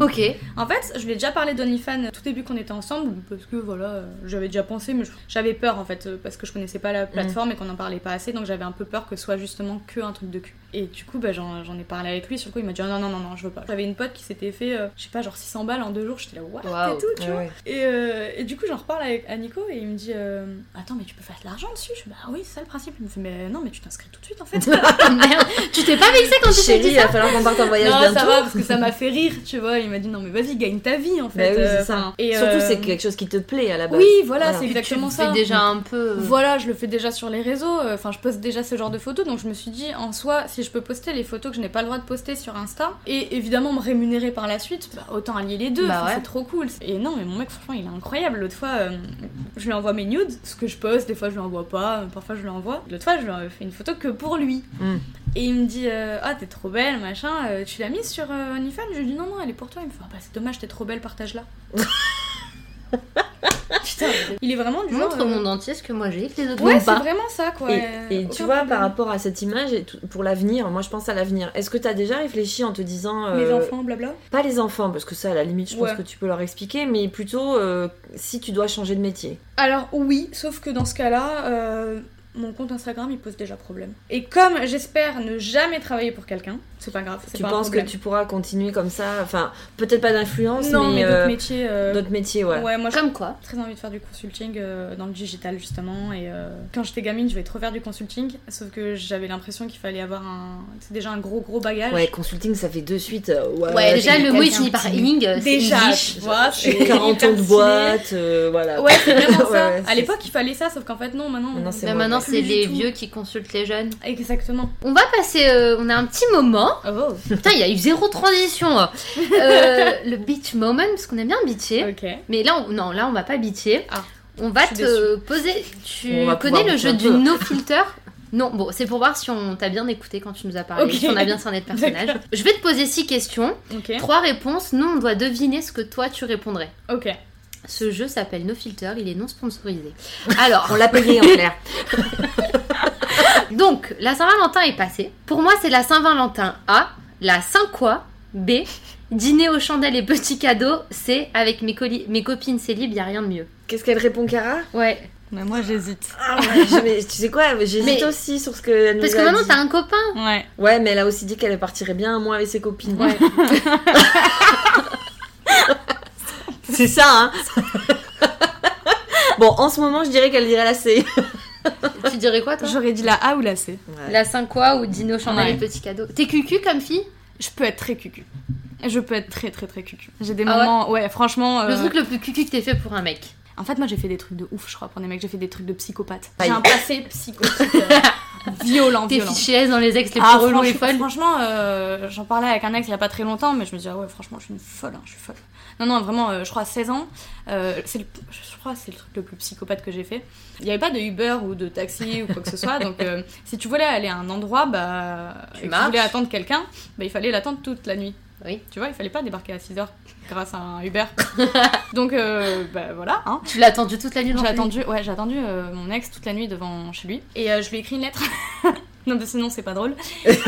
A: Ok.
F: En fait, je lui ai déjà parlé d'OnlyFans euh, tout début qu'on était ensemble, parce que voilà, euh, j'avais déjà pensé, mais je- j'avais peur en fait, euh, parce que je connaissais pas la plateforme et qu'on en parlait pas assez, donc j'avais un peu peur que ce soit justement que un truc de cul. Et du coup, bah, j'en j'en ai parlé avec lui, sur le coup, il m'a dit Ah non, non, non, non, je veux pas. J'avais une pote qui s'était fait, euh, je sais pas, genre 600 balles en deux jours, j'étais là, what
A: Waouh.
F: et tout, tu
E: Ah Ouais,
F: vois.
E: ouais.
F: Et, euh, et du coup, j'en reparle avec, à Nico et il me dit euh, Attends, mais tu peux faire de l'argent dessus Je fais Bah oui, c'est ça le principe. Il me fait Mais non, mais tu t'inscris tout de suite en fait.
A: Ah, merde. tu t'es pas vexé quand tu t'es
E: Chérie,
A: dit
E: il
A: ça
E: va falloir qu'on parte en voyage
F: non, ça
E: bientôt. Bah
F: va parce que ça m'a fait rire, tu vois. Il m'a dit Non, mais vas-y, gagne ta vie en fait.
E: Bah oui,
F: euh,
E: c'est ça.
F: enfin. Et,
E: Surtout,
F: euh,
E: c'est quelque chose qui te plaît à la base.
F: Oui, voilà,
E: Voilà.
F: c'est
E: Puis
F: exactement
A: Tu
F: ça.
A: fais déjà un peu. euh,
E: Euh.
F: Voilà, je le fais déjà sur les réseaux. euh, Enfin, je poste déjà ce genre de photos, donc je me suis dit, en soi, si je peux poster les photos que je n'ai pas le droit de poster sur Insta et évidemment me rémunérer par la suite, bah, autant allier les deux.
A: Bah
F: Enfin,
A: ouais.
F: C'est trop cool. Et non, mais mon mec, franchement, il est incroyable. L'autre fois, euh, je lui envoie mes nudes, ce que je poste. Des fois, je lui envoie pas. euh, Parfois, je lui envoie. L'autre fois, je lui ai fait une photo que pour lui.
E: Mm.
F: Et il me dit, euh, ah, t'es trop belle, machin. euh, tu l'as mise sur euh, OnlyFans Je lui dis, non, non, elle est pour toi. Il me fait, ah, bah, c'est dommage, t'es trop belle, partage-la. Putain, il est vraiment du genre,
A: Montre
F: euh,
A: au monde entier ce que moi j'ai, que les autres
F: Ouais,
A: n'ont
F: c'est
A: pas.
F: vraiment ça, quoi.
E: Et,
F: Euh,
E: et tu
F: aucun
E: vois,
F: problème.
E: par rapport à cette image, et tout- pour l'avenir, moi je pense à l'avenir. Est-ce que tu as déjà réfléchi en te disant.
F: Mes
E: euh,
F: enfants, blabla.
E: Pas les enfants, parce que ça, à la limite, je
F: Ouais.
E: pense que tu peux leur expliquer, mais plutôt euh, si tu dois changer de métier.
F: Alors, oui, sauf que dans ce cas-là, euh, mon compte Instagram, il pose déjà problème. Et comme j'espère ne jamais travailler pour quelqu'un, c'est pas grave, c'est
E: Tu
F: pas
E: penses
F: un
E: que
F: problème.
E: tu pourras continuer comme ça Enfin, peut-être pas d'influence,
F: Non, mais,
E: mais,
F: d'autres
E: euh,
F: métiers... euh,
E: d'autres métiers, ouais.
F: Ouais, moi, j'ai
A: Comme quoi
F: très envie de faire du consulting euh, dans le digital, justement. Et euh, quand j'étais gamine, je voulais trop faire du consulting, sauf que j'avais l'impression qu'il fallait avoir un... C'est déjà un gros, gros bagage.
E: Ouais, consulting, ça fait de suite. euh, Ouais,
A: Ouais, déjà
E: j'ai
A: le mot il
F: quelqu'un
A: finit par
F: qui-
A: ing, euh, c'est
F: Déjà,
A: niche.
F: tu vois,
E: j'ai
F: c'est
E: 40 ans
F: hyper
E: de
F: stylé.
E: boîte, euh, voilà.
F: Ouais, c'est vraiment
E: Ouais,
F: ça.
E: ouais,
F: à
E: c'est-
F: l'époque, il fallait ça, sauf qu'en fait, non, maintenant.
E: Maintenant,
F: on-
E: c'est
A: Bah,
E: moins
A: maintenant,
E: bien.
A: c'est
F: Plus du
A: les
F: tout.
A: vieux qui consultent les jeunes.
F: Exactement.
A: On va passer. euh, on a un petit moment.
F: Oh,
A: Putain, il y a eu zéro transition. euh. Euh, le beach moment, parce qu'on aime bien bitcher.
F: ok.
A: Mais là, on, non, là, on va pas bitcher.
F: Ah,
A: on va
F: je suis
A: te poser. Tu
E: On va pouvoir
A: connais le
E: bitcher
A: jeu
E: un
A: du
E: peu.
A: no filter Non, bon, c'est pour voir si on t'a bien écouté quand tu nous as parlé,
F: Ok.
A: si on a bien cerné le personnage. Je vais te poser six questions,
F: Ok.
A: trois réponses. Nous, on doit deviner ce que toi tu répondrais.
F: Ok.
A: Ce jeu s'appelle No Filter, il est non sponsorisé. Alors,
E: On l'a payé en clair.
A: donc, la Saint-Valentin est passée. Pour moi, c'est la Saint-Valentin A, la Saint-Quoi B, dîner aux chandelles et petits cadeaux C, avec mes, coli- mes copines célibes, y a rien de mieux.
E: Qu'est-ce qu'elle répond, Cara
A: Ouais,
F: Mais moi j'hésite.
E: Ah ouais, je- mais tu sais quoi J'hésite
A: Mais-
E: aussi sur ce qu'elle nous
A: parce que
E: a
A: maintenant
E: dit.
A: t'as un copain.
F: Ouais.
E: Ouais, mais elle a aussi dit qu'elle partirait bien un mois avec ses copines. C'est ça, hein Bon, en ce moment, je dirais qu'elle dirait la C.
A: tu dirais quoi toi
F: J'aurais dit la A ou la C.
A: La Saint-Quoi ou dîner aux chandelles
F: Ouais.
A: et petits cadeaux. T'es cucu comme fille
F: Je peux être très cucu. Je peux être très très très cucu. J'ai des
A: Ah ouais
F: moments. Ouais, franchement. euh,
A: Le truc le plus cucu que t'aies fait pour un mec.
F: En fait, moi j'ai fait des trucs de ouf, je crois, pour des mecs. J'ai fait des trucs de psychopathe.
E: Aïe.
F: J'ai un passé psychotique. euh, violent,
A: T'es
F: violent.
A: fichée S dans les ex les
F: Ah,
A: plus relous et
F: franchement-
A: folles.
F: Franchement, euh, j'en parlais avec un ex il y a pas très longtemps, mais je me disais, ah ouais, franchement, je suis une folle, hein, je suis folle. Non, non, vraiment, euh, je crois à 16 ans, euh, c'est le- je crois que c'est le truc le plus psychopathe que j'ai fait. Il n'y avait pas de Uber ou de taxi ou quoi que ce soit, donc euh, si tu voulais aller à un endroit, bah,
A: Tu
F: et que tu
A: marches.
F: voulais attendre quelqu'un, bah, il fallait l'attendre toute la nuit.
A: Oui.
F: Tu vois, il fallait pas débarquer à 6 heures grâce à un Uber. donc, euh, bah voilà, hein.
A: Tu l'as attendu toute la nuit dans
F: J'ai
A: le
F: attendu, ouais, j'ai attendu euh, mon ex toute la nuit devant chez lui et euh, je lui ai écrit une lettre. non, mais sinon c'est pas drôle. Et, euh,
A: lit.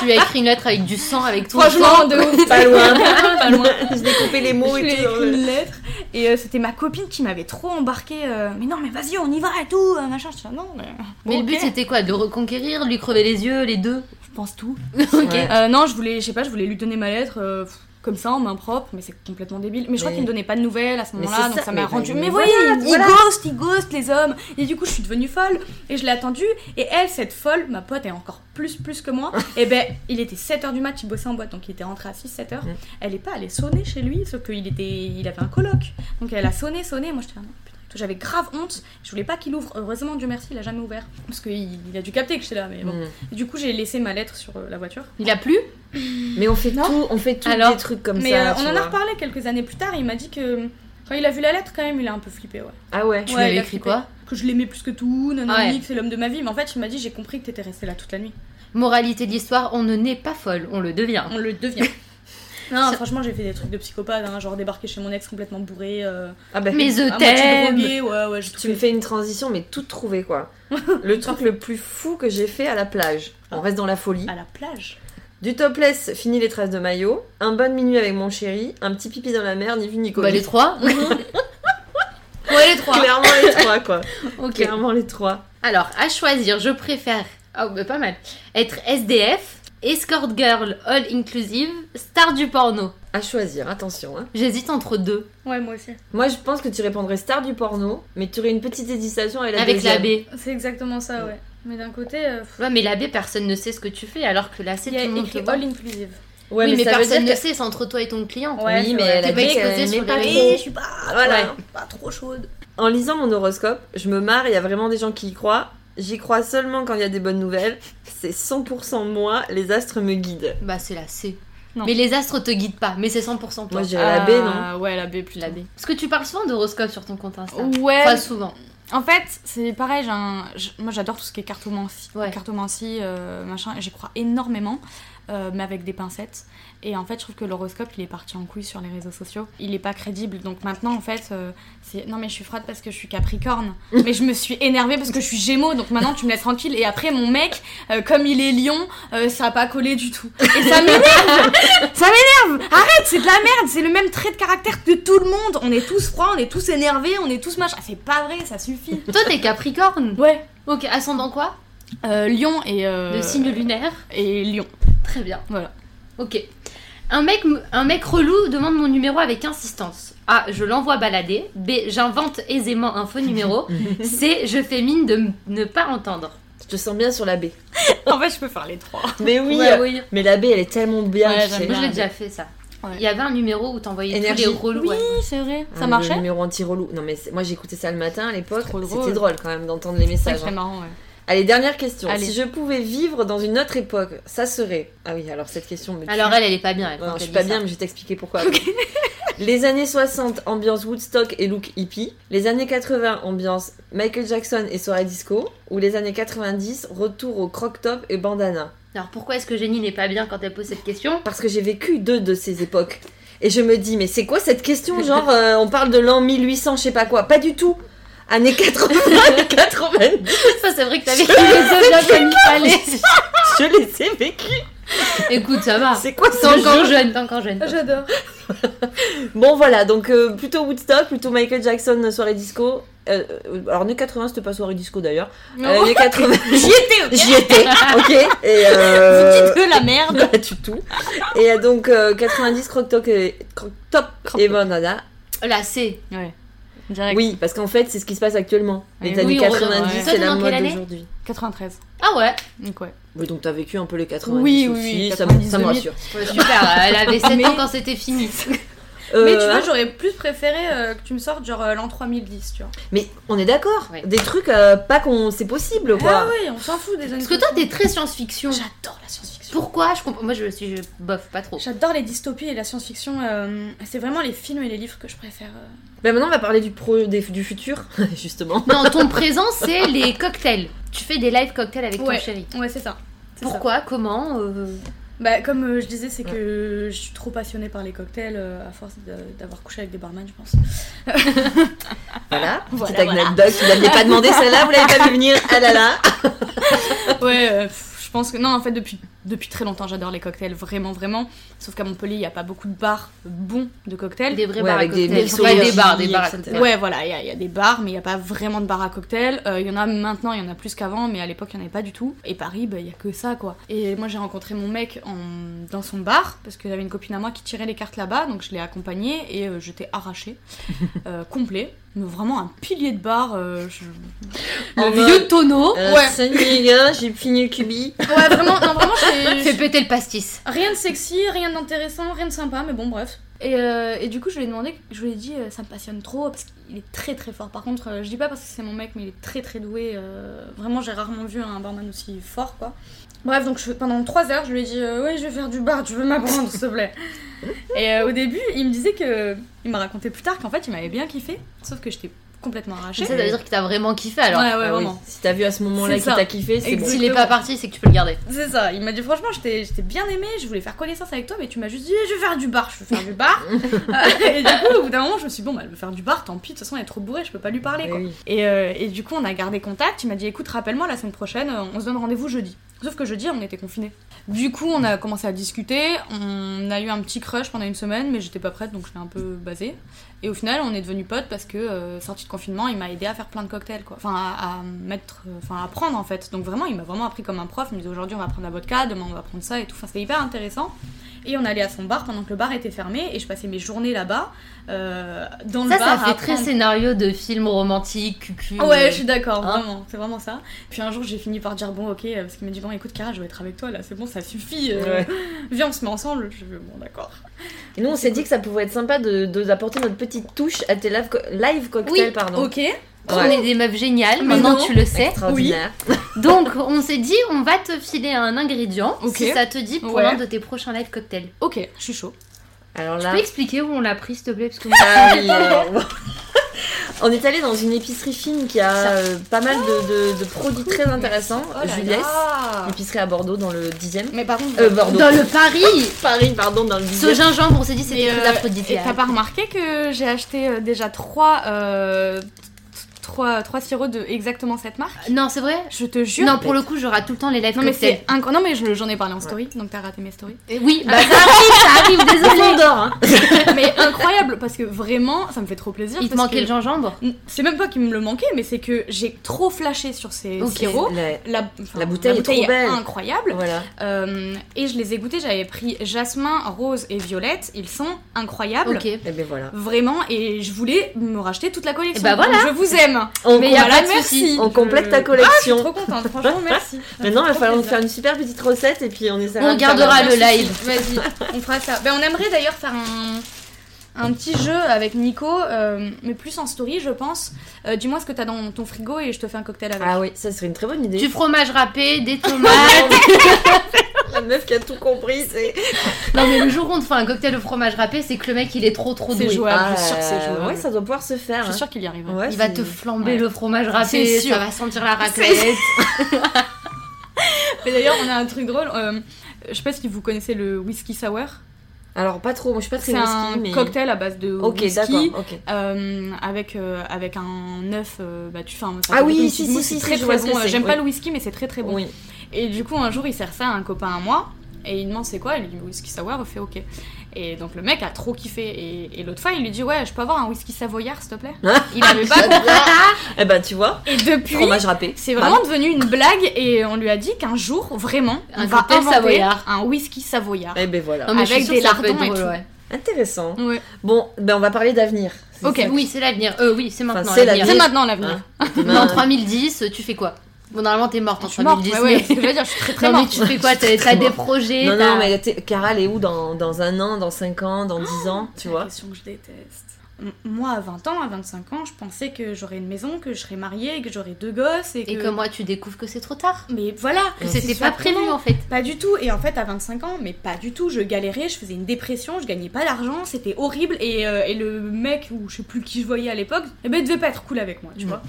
A: Tu lui as écrit une lettre avec du sang, avec tout. le
F: franchement,
A: sang.
F: de ouf.
E: Pas loin.
F: Pas loin.
E: Je découpais les mots
F: Je
E: et
F: lui ai
E: tout. euh,
F: écrit une lettre et euh, c'était ma copine qui m'avait trop embarqué. mais non, mais vas-y, on y va et tout, euh, machin. Je dis, ah, non, mais.
A: Mais
F: bon,
A: le but
F: ok.
A: c'était quoi De le reconquérir, de lui crever les yeux, les deux
F: Je pense tout.
A: Ok.
E: Ouais.
F: Euh, non, je voulais, je sais pas, je voulais lui donner ma lettre. euh, pff, comme ça, en main propre, mais c'est complètement débile. Mais je crois
E: Mais-
F: qu'il me donnait pas de nouvelles à ce
E: Mais
F: moment-là,
E: c'est
F: donc
E: ça,
F: ça m'a
E: mais
F: rendu.
E: bah,
F: Mais
E: voilà,
F: voyez, il
E: voilà.
F: ghost, il ghost les hommes. Et du coup, je suis devenue folle. Et je l'ai attendue. Et elle, cette folle, ma pote est encore plus, plus que moi. et ben, il était 7h du mat, il bossait en boîte, donc il était rentré à 6-7h.
E: Mm.
F: Elle est pas allée sonner chez lui, sauf qu'il était, il avait un colloque. Donc elle a sonné, sonné. Moi, j'étais là, non, putain, et tout. J'avais grave honte. Je voulais pas qu'il ouvre. Heureusement, Dieu merci, il a jamais ouvert. Parce qu'il il a dû capter que j'étais là, mais bon.
E: Mm.
F: Et Du coup, j'ai laissé ma lettre sur euh, la voiture.
A: Il a plu
E: Mais on fait
F: Non.
E: tout, on fait tout
A: Alors,
E: des trucs comme
F: Mais
E: ça.
F: euh,
E: tu
F: on en
E: vois.
F: a reparlé quelques années plus tard. Il m'a dit que quand il a vu la lettre, quand même, il a un peu flippé. Ouais.
E: Ah ouais.
A: Tu
F: Ouais,
A: l'avais
F: il a
A: écrit
F: flippé.
A: quoi
F: Que je l'aimais plus que tout, nanani,
A: Ouais.
F: que c'est l'homme de ma vie. Mais en fait, il m'a dit j'ai compris que t'étais restée là toute la nuit.
A: Moralité de l'histoire, on ne naît pas folle, on le devient.
F: On le devient. non, franchement, j'ai fait des trucs de psychopathe. hein, genre débarquer chez mon ex complètement bourré. euh,
E: Ah bah,
A: Mais je
F: à moitié
A: t'aime
F: drogué, Ouais, ouais, j'ai tout
E: tu me
F: fait.
E: fais une transition, mais toute trouvée quoi. Le truc le plus fou que j'ai fait à la plage.
A: Ah.
E: On reste dans la folie.
F: À la plage.
E: Du topless, fini les traces de maillot. Un bon minuit avec mon chéri. Un petit pipi dans la mer, ni vu ni connu.
A: Bah les trois Ouais les trois
E: Clairement les trois quoi.
A: Ok.
E: Clairement les trois.
A: Alors, à choisir, je préfère... Ah bah pas mal. Être SDF, escort girl all inclusive, star du porno.
E: À choisir, attention. hein.
A: J'hésite entre deux.
F: Ouais, moi aussi.
E: Moi, je pense que tu répondrais star du porno, mais tu aurais une petite hésitation avec la
A: avec la
E: deuxième.
A: B.
F: C'est exactement ça, ouais. Mais d'un côté, euh, pff,
A: Ouais mais la B, personne ne sait ce que tu fais alors que la C,
F: il
A: tout
F: y a
A: le monde te
F: écrit
A: voit.
F: all inclusive.
E: Ouais,
A: oui mais,
E: ça veut
A: personne
E: dire
A: ne
E: que-
A: sait, c'est entre toi et ton client.
F: Ouais,
E: oui,
F: c'est
E: mais
F: vrai.
E: elle a
A: T'es pas
E: dit qu'elle
A: exposée
E: aimait
A: sur
E: pas
A: les
E: trop.
A: réseaux.
F: je suis pas,
E: Voilà.
F: pas trop chaude.
E: En lisant mon horoscope, je me marre, il y a vraiment des gens qui y croient. J'y crois seulement quand il y a des bonnes nouvelles. C'est 100% moi, les astres me guident.
A: Bah c'est la C.
F: Non.
A: Mais les astres te guident pas, mais c'est 100% toi.
E: Moi, j'irais la B,
F: Ah.
E: non
F: Euh, Ouais, la B plus
A: La B. Parce que tu parles souvent d'horoscope sur ton compte Insta.
F: Ouais,
A: Pas souvent.
F: en fait, c'est pareil, j'ai un- j- moi j'adore tout ce qui est cartomancie,
A: Ouais.
F: cartomancie euh, machin, et j'y crois énormément, euh, mais avec des pincettes. Et en fait, je trouve que l'horoscope, il est parti en couille sur les réseaux sociaux. Il est pas crédible, donc maintenant, en fait, euh, c'est... Non mais je suis froide parce que je suis capricorne, mais je me suis énervée parce que je suis gémeaux, donc maintenant tu me laisses tranquille. Et après, mon mec, euh, comme il est lion, euh, ça a pas collé du tout. Et ça m'énerve Ça m'énerve Arrête, c'est de la merde, c'est le même trait de caractère que tout le monde. On est tous froids, on est tous énervés, on est tous machin. C'est pas vrai, ça suffit.
A: Toi t'es Capricorne.
F: Ouais.
A: Ok, ascendant quoi
F: Euh, Lyon et. euh,
A: Le signe lunaire.
F: Et Lyon.
A: Très bien.
F: Voilà.
A: Ok. Un mec, m- un mec relou demande mon numéro avec insistance. A. Je l'envoie balader. B. J'invente aisément un faux numéro. C. Je fais mine de m- ne pas entendre.
E: Je te sens bien sur la B.
F: En fait, je peux faire les trois.
E: Mais oui,
A: Ouais,
E: euh,
A: oui.
E: mais la B, elle est tellement bien.
F: Ah, Ouais,
E: tu
F: j'aime
A: Moi,
E: sais.
A: je l'ai
F: Balader.
A: déjà fait ça.
F: Ouais.
A: Il y avait un numéro où t'envoyais tous les
E: Énergie.
A: relous.
F: Oui,
A: ouais.
F: c'est vrai.
E: Ah,
F: Ça
E: Le
F: marchait
E: numéro anti-relou. Non, mais c'est- moi, j'écoutais ça le matin à l'époque.
F: C'est trop drôle.
E: C'était drôle quand même d'entendre les
F: C'est
E: messages.
F: très
E: hein.
F: marrant, ouais.
E: Allez, dernière question.
F: Allez.
E: Si je pouvais vivre dans une autre époque, ça serait. Ah oui, alors cette question me tue.
A: Alors elle, elle est pas bien. Elle, quand
E: Non, je suis
A: elle
E: pas
A: dit
E: bien,
A: ça.
E: mais je vais t'expliquer pourquoi. Les années 60, ambiance Woodstock et look hippie. Les années 80, ambiance Michael Jackson et soirée disco. Ou les années 90, retour au croc top et bandana.
A: Alors pourquoi est-ce que Jenny n'est pas bien quand elle pose cette question
E: Parce que j'ai vécu deux de ces époques. Et je me dis, mais c'est quoi cette question Genre, euh, on parle de l'an 1800, je sais pas quoi. Pas du tout. Années 80, 90,
A: Ça, c'est vrai que t'avais les deux là comme il fallait.
E: je les ai vécues.
A: Écoute, ça va.
E: C'est quoi
A: T'es
E: ce
A: Ah, encore
E: jeu
A: jeune, t'es encore jeune. toi.
F: Ah, J'adore.
E: Bon, voilà, donc euh, plutôt Woodstock, plutôt Michael Jackson, soirée disco. Euh, euh, alors, années 80, c'était pas soirée disco d'ailleurs. Euh, années 80.
F: J'y étais, ok
E: J'y étais, ok Et euh...
F: Dites-le, la merde
E: Pas du tout. Et euh, donc euh, 90 croc top et, croc top et bandana.
A: La C.
F: Direct.
E: Oui, parce qu'en fait, c'est ce qui se passe actuellement. Les
F: Oui,
E: années
A: on-
E: 90,
A: ouais. Toi,
E: c'est
A: t'es
E: la
A: dans
E: mode
A: quelle année
E: d'aujourd'hui.
F: 93.
A: Ah ouais.
F: Donc, ouais.
E: Oui, donc t'as vécu un peu les 90
F: Oui, oui,
E: aussi,
F: oui,
E: ça, me- ça me
F: 90,
E: rassure.
A: Ouais, Super. Elle avait 7
F: Mais-
A: ans quand c'était fini.
F: Mais
E: Euh,
F: tu vois,
E: hein,
F: j'aurais plus préféré euh, que tu me sortes genre euh, l'an 3010, tu vois.
E: mais on est d'accord,
A: Ouais.
E: des trucs euh, pas qu'on... C'est possible, quoi.
F: Ah ouais, on s'en fout des années.
A: Parce que toi, t'es très science-fiction.
F: J'adore la science-fiction.
A: Pourquoi je comprends... Moi, je suis je... bof, pas trop.
F: J'adore les dystopies et la science-fiction. euh, c'est vraiment les films et les livres que je préfère. euh.
E: Bah, maintenant, on va parler du, pro... des- du futur, justement.
A: Non, ton présent, c'est les cocktails. Tu fais des live cocktails avec
F: Ouais.
A: ton chéri.
F: Ouais, c'est ça. C'est ça.
A: Pourquoi Comment euh,
F: Bah, comme euh, je disais, c'est que je suis trop passionnée par les cocktails euh, à force de- d'avoir couché avec des barman, je pense.
E: Voilà, petite
F: Voilà, voilà.
E: anecdote, vous l'aviez pas demandé celle-là, vous l'avez pas vu venir, ah là là
F: ouais, euh, pff, je pense que. Non, en fait, depuis, depuis très longtemps, j'adore les cocktails, vraiment, vraiment. Sauf qu'à Montpellier, il n'y a pas beaucoup de bars bons de cocktails.
A: Des vrais
E: Ouais,
A: bars à
E: avec des
A: cocktails.
E: mille
A: Pas des
E: sourires,
A: bars, des bars à
E: etc.
A: cocktails.
F: Ouais, voilà, il y a- il y, a des bars, mais il n'y a pas vraiment de bars à cocktails. Euh, Il y en a maintenant, il y en a plus qu'avant, mais à l'époque, il n'y en avait pas du tout. Et Paris, bah, il y a que ça, quoi. Et moi, j'ai rencontré mon mec en- dans son bar, parce que j'avais une copine à moi qui tirait les cartes là-bas, donc je l'ai accompagnée et euh, j'étais arrachée, euh, complet. Mais vraiment un pilier de bar. euh, je-
E: En
A: Le
E: mode,
A: vieux tonneau
E: euh,
F: Ouais.
E: salut les gars, j'ai fini le cubi.
F: Ouais, vraiment, non, vraiment, j'ai-
A: fait péter le pastis.
F: Rien de sexy, rien d'intéressant, rien de sympa, mais bon, bref. Et, euh, et du coup, je lui ai demandé, je lui ai dit, euh, ça me passionne trop, parce qu'il est très très fort. Par contre, euh, je dis pas parce que c'est mon mec, mais il est très très doué. euh, vraiment, j'ai rarement vu un barman aussi fort, quoi. Bref, donc je, pendant 3 heures, je lui ai dit euh, Ouais, je vais faire du bar, tu veux m'apprendre, s'il te plaît. Et euh, au début, il me disait que. Il m'a raconté plus tard qu'en fait, il m'avait bien kiffé, sauf que j'étais complètement arrachée.
A: Ça, ça veut dire que t'as vraiment kiffé alors.
F: Ouais, ouais,
E: Ah oui,
F: vraiment.
E: Si t'as vu à ce moment-là
F: C'est
E: qui
F: ça.
E: t'a kiffé, c'est bon.
F: Exact.
A: S'il est pas parti, c'est que tu peux le garder.
F: C'est ça, il m'a dit franchement, j'étais j'étais bien aimée, je voulais faire connaissance avec toi, mais tu m'as juste dit eh, je veux faire du bar, je veux faire du bar. Euh, et du coup, au bout d'un moment, je me suis dit bon, bah, elle veut faire du bar, tant pis, de toute façon, elle est trop bourrée, je peux pas lui parler
E: Eh
F: quoi.
E: oui.
F: Et, euh, et du coup, on a gardé contact. Il m'a dit écoute, rappelle-moi la semaine prochaine, euh, on se donne rendez-vous jeudi. Sauf que jeudi, on était confinés. Du coup, on a commencé à discuter. On a eu un petit crush pendant une semaine, mais j'étais pas prête, donc je l'ai un peu basé. Et au final, on est devenus potes parce que euh, sorti de confinement, il m'a aidé à faire plein de cocktails, quoi. Enfin, à, à mettre, euh, enfin, à apprendre en fait. Donc vraiment, il m'a vraiment appris comme un prof. Il me disait aujourd'hui, on va prendre la vodka, demain, on va prendre ça et tout. Enfin, c'était hyper intéressant. Et on allait à son bar pendant que le bar était fermé, et je passais mes journées là-bas, euh, dans le
A: Ça,
F: bar.
A: ça
F: à
A: fait très
F: apprendre.
A: scénario de film romantique, cucu.
F: Ah Ouais, je suis d'accord,
A: Hein
F: vraiment, c'est vraiment ça. Puis un jour, j'ai fini par dire bon, ok, euh, parce qu'il m'a dit bon, écoute, Cara, je vais être avec toi là, c'est bon, ça suffit, euh,
E: Ouais.
F: viens, on se met ensemble. Je fais, bon, d'accord.
E: Et nous, on s'est dit que ça pouvait être sympa de, de- d'apporter notre petite touche à tes live, co- live cocktails,
A: Oui,
E: pardon.
F: Ok,
A: On est des meufs géniales,
F: Mais
A: maintenant
F: non.
A: tu le sais.
E: Extraordinaire.
A: Donc, on s'est dit, on va te filer un ingrédient,
F: Ok.
A: si ça te dit, pour
F: Ouais.
A: l'un de tes prochains live cocktails.
F: ok, je suis chaud.
E: Alors
A: Tu
E: là,
A: peux expliquer où on l'a pris, s'il te plaît parce que...
E: Ah oui, alors, on est allé dans une épicerie fine qui a euh, pas mal de, de- de produits très intéressants.
F: Oh
E: Juliès, épicerie à Bordeaux dans le 10e.
F: Mais par contre,
E: Euh, Bordeaux.
A: Dans le Paris
E: Paris, pardon, dans le
A: Ce
E: 10e.
A: gingembre, on s'est dit, c'était
F: Et,
A: très
F: Mmh. euh, et
A: aphrodisiaque.
F: t'as pas remarqué que j'ai acheté euh, déjà trois, euh, t- trois, trois sirops de exactement cette marque
A: Non, c'est vrai
F: Je te jure.
A: Non, pour le coup, je rate tout le temps les live
F: Non mais eh
A: cocktails.
F: c'est inc- non mais je- j'en ai parlé en story donc t'as raté mes stories
A: Et Oui, bah ça arrive, ça arrive,
E: On
A: désolé.
E: dort, hein.
F: mais incroyable parce que vraiment ça me fait trop plaisir
A: Il te
F: parce
A: manquait
F: que-
A: le gingembre
F: C'est même pas qu'il me le manquait, mais c'est que j'ai trop flashé sur ces
A: Ok.
F: sirops.
E: La-
F: La, enfin,
E: La bouteille est trop belle.
F: incroyable.
E: Voilà.
F: Euh, et je les ai goûtés, j'avais pris jasmin, rose et violette. Ils sont incroyables.
A: Ok.
E: Et ben voilà.
F: Vraiment, et je voulais me racheter toute la collection.
A: Et bah voilà.
F: Donc, Je vous aime.
E: On,
A: Mais y a
E: complète-
A: pas
F: Voilà,
A: de souci.
F: merci.
E: on complète ta
F: Ah, Je suis
E: collection.
F: trop contente, franchement, merci.
E: Maintenant, il va
F: Trop
E: falloir
F: plaisir.
E: faire une super petite recette et puis on essaiera.
A: On
E: de faire
A: gardera
E: la-
A: le live.
F: Vas-y, on fera ça. Ben, on aimerait d'ailleurs faire un, un petit jeu avec Nico, euh, mais plus en story, je pense. Euh, Dis-moi ce que t'as dans ton frigo et je te fais un cocktail avec.
E: Ah oui, ça serait une très bonne idée.
A: Du fromage râpé, des tomates.
E: La meuf qui a tout compris, c'est.
A: non, mais le jour où on te fait un cocktail au fromage râpé, c'est que le mec, il est trop trop
F: C'est
A: doué.
F: jouable, je suis sûre que c'est
E: euh,
F: jouable.
E: Ouais, ça doit pouvoir se faire.
F: Je suis
E: hein.
F: sûre qu'il y arrivera.
E: Ouais,
A: Il va
E: c'est-
A: te flamber
F: Ouais.
A: le fromage
F: C'est
A: râpé,
F: sûr.
A: ça va sentir la raclette.
F: Mais d'ailleurs, on a un truc drôle. euh, je sais pas si vous connaissez le whisky sour.
E: Alors, pas trop, moi je suis pas très
F: C'est
E: whisky,
F: un
E: mais.
F: cocktail à base de
E: Ok, d'accord,
F: whisky
E: ok.
F: euh, avec euh, avec un œuf euh, battu. Enfin, ça
E: Ah
F: fait
E: oui,
F: une petite
E: si, si,
F: mousse,
E: si,
F: c'est
E: si,
F: très
E: je
F: très
E: vois ce que
F: bon. euh,
E: c'est,
F: J'aime pas
E: oui.
F: le whisky, mais c'est très très bon.
E: Oui.
F: Et du coup, un jour, il sert ça à un copain à moi. Et il demande c'est quoi, il lui dit whisky sour, il fait ok. Et donc le mec a trop kiffé. Et, et l'autre fois, il lui dit ouais, je peux avoir un whisky savoyard s'il te plaît
E: Hein?
F: Il avait pas compris.
E: Eh ben, tu vois,
F: Et depuis,
E: fromage Bah râpé.
F: C'est vraiment devenu une blague et on lui a dit qu'un jour, vraiment, on
A: Un
F: va
A: cocktail
F: inventer
A: savoyard.
F: un whisky savoyard.
E: Bah, Eh ben voilà.
A: Non, mais je suis
F: Avec
A: sûre
F: des
A: que ça peut être
F: lardons et
A: drôle,
F: tout.
A: ouais.
E: Ah. Intéressant.
F: Ouais.
E: Bon, ben on va parler d'avenir. C'est
F: Ok.
E: ça.
A: Oui, c'est l'avenir. Euh, oui, c'est
E: Enfin,
A: maintenant.
E: c'est
A: l'avenir.
F: C'est
E: l'avenir.
F: maintenant l'avenir.
E: Hein.
A: Mais en
E: Demain,
A: 3010, tu fais quoi Bon, normalement, t'es morte en
F: Je suis morte,
A: 3010.
F: ouais, ouais,
A: mais-
F: c'est ce que je veux dire, je suis très très
A: non, mais
F: morte.
A: tu fais quoi T'as t'as des projets
E: Non,
A: t'as-
E: non, mais t'es- Cara, elle est où dans, dans un an, dans cinq ans, dans dix ans, tu
F: La
E: vois
F: question que je déteste. M- Moi, à 20 ans, à 25 ans, je pensais que j'aurais une maison, que je serais mariée, que j'aurais deux gosses et que...
A: Et que moi, tu découvres que c'est trop tard.
F: Mais voilà
A: Que
E: Mm.
A: c'était
F: C'est
A: pas
F: sûr.
A: prévu en fait.
F: Pas du tout. Et en fait, à 25 ans, mais pas du tout. Je galérais, je faisais une dépression, je gagnais pas d'argent, c'était horrible. Et, euh, et le mec, ou je sais plus qui je voyais à l'époque, eh ben, il devait pas être cool avec moi, tu
E: Mm.
F: vois.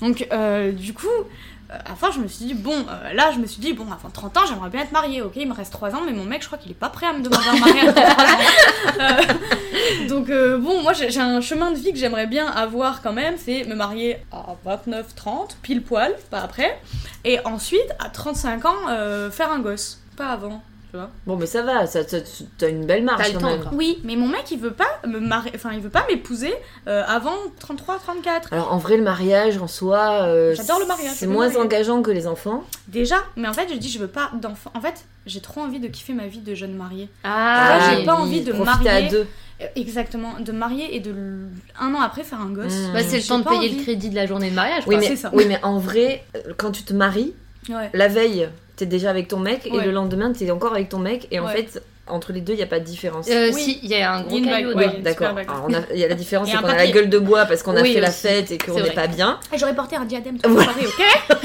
F: Donc, euh, du coup, euh, à la fin, je me suis dit, bon, euh, là, je me suis dit, bon, avant 30 ans, j'aimerais bien être mariée, ok, il me reste 3 ans, mais mon mec, je crois qu'il est pas prêt à me demander un mariage à 33 ans. Euh, donc, euh, bon, moi, j'ai j'ai un chemin de vie que j'aimerais bien avoir quand même, c'est me marier à 29, 30, pile poil, pas après. Et ensuite, à 35 ans, euh, faire un gosse. Pas avant.
E: Bon, mais ça va, ça, ça- t'as une belle marche
A: T'as le
E: quand
A: temps
E: même.
A: encore.
F: Oui, mais mon mec, il veut pas me marier, enfin, il veut pas m'épouser euh, avant 33, 34.
E: Alors en vrai, le mariage en soi, euh,
F: J'adore le mariage,
E: c'est
F: je veux
E: moins
F: me marier.
E: engageant que les enfants.
F: Déjà, mais en fait, je dis, je veux pas d'enfant. En fait, j'ai trop envie de kiffer ma vie de jeune mariée.
A: Ah,
F: Ah, j'ai
A: oui.
F: pas envie de
E: Euh, profiter
F: marier.
E: à deux.
F: Euh, exactement, de marier et de l- un an après faire un gosse.
E: Mm.
A: Bah, c'est le
F: J'ai
A: temps de
F: pas
A: payer
F: envie.
A: le crédit de la journée de mariage.
E: Oui
A: quoi.
E: mais,
F: c'est ça.
E: oui, mais en vrai, euh, quand tu te maries,
F: Ouais.
E: la veille, t'es déjà avec ton mec et
F: Ouais.
E: le lendemain, t'es encore avec ton mec et en
F: Ouais.
E: fait, entre les deux, il n'y a pas de différence.
A: Euh,
G: Oui.
A: Si, il y a un gros
G: Green
A: caillou.
G: bag,
A: dedans.
G: ouais. une
E: D'accord.
G: super bague.
E: Alors, on a- Il y a la différence,
F: Et
E: c'est
F: un
E: qu'on a la
F: papier.
E: gueule de bois parce qu'on a
A: Oui,
E: fait la
A: aussi.
E: fête et qu'on
A: C'est
E: n'est
A: vrai.
E: pas bien.
F: Ah, J'aurais porté un diadème toute
E: Ouais.
F: la soirée, ok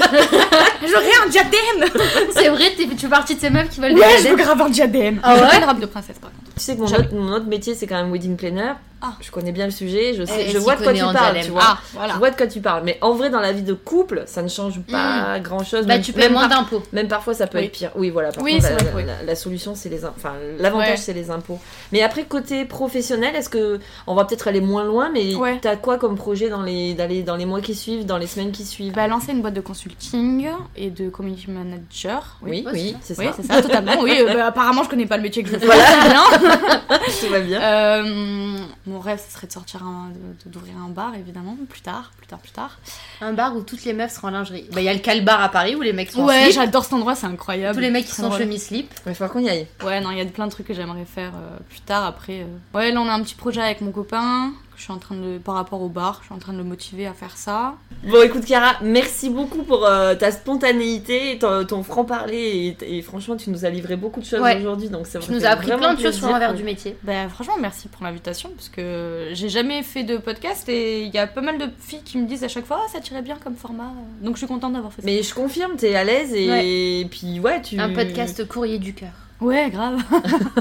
F: J'aurais un diadème
A: C'est vrai, t'es- tu fais partie de ces meufs qui veulent des
F: Ouais, je
A: gadgets.
F: veux grave un diadème
A: Ah ouais
F: Pas une robe de princesse, par contre.
E: Tu sais que mon
F: Jamais.
E: autre, mon autre métier, c'est quand même wedding planner.
F: Ah.
E: Je connais bien le sujet, je, sais,
A: Elle
E: je
A: s'y
E: vois de quoi
A: connaît
E: tu
A: en
E: parles,
A: diadème.
E: tu vois.
F: Ah, voilà.
E: Je vois de quoi tu parles. Mais en vrai, dans la vie de couple, ça ne change pas grand chose.
A: Bah,
E: même-
A: tu payes
E: même
A: moins
E: par-
A: d'impôts.
E: Même parfois, ça peut
F: Oui.
E: être pire. Oui, voilà. Par
F: Oui,
E: contre,
F: c'est
E: la,
F: vrai, oui.
E: la- la solution, c'est les, im- enfin, l'avantage,
F: Ouais.
E: c'est les impôts. Mais après, côté professionnel, est-ce que on va peut-être aller moins loin Mais
F: Ouais.
E: t'as quoi comme projet dans les, dans les, dans les mois qui suivent, dans les semaines qui suivent
F: Bah, lancer une boîte de consulting et de community manager.
E: Oui,
A: oui,
E: oui, c'est
F: Oui,
E: ça.
F: c'est ça, totalement. Oui, euh, bah, apparemment, je connais pas le métier que je fais. Non.
E: Tout va bien.
F: Euh, mon rêve, ce serait de sortir un- de- d'ouvrir un bar, évidemment, plus tard, plus tard, plus tard.
A: Un bar où toutes les meufs seront en lingerie. Bah, il y a le calbar à Paris où les mecs sont en
F: Ouais,
A: slip.
F: j'adore cet endroit, c'est incroyable.
A: Tous les mecs qui
F: Très
A: sont en
F: drôle.
A: chemise slip.
E: Il va falloir qu'on y aille.
F: Ouais, non, il y a plein de trucs que j'aimerais faire euh, plus tard après. euh. Ouais, là on a un petit projet avec mon copain, que je suis en train de par rapport au bar, je suis en train de le motiver à faire ça.
E: Bon, écoute, Chiara, merci beaucoup pour euh, ta spontanéité, et ton, ton franc-parler. Et, et franchement, tu nous as livré beaucoup de choses
A: Ouais.
E: aujourd'hui. Donc, ça
A: Tu
E: m'a
A: nous
E: fait
A: as appris
E: vraiment
A: plein de choses
E: plaisir.
A: sur l'envers du métier.
F: Bah franchement, merci pour l'invitation parce que j'ai jamais fait de podcast et il y a pas mal de filles qui me disent à chaque fois Ah, ça tirait bien comme format. Donc je suis contente d'avoir fait ça.
E: Mais je confirme, t'es à l'aise et... puis ouais, tu.
A: Un podcast courrier du cœur.
F: Ouais, grave.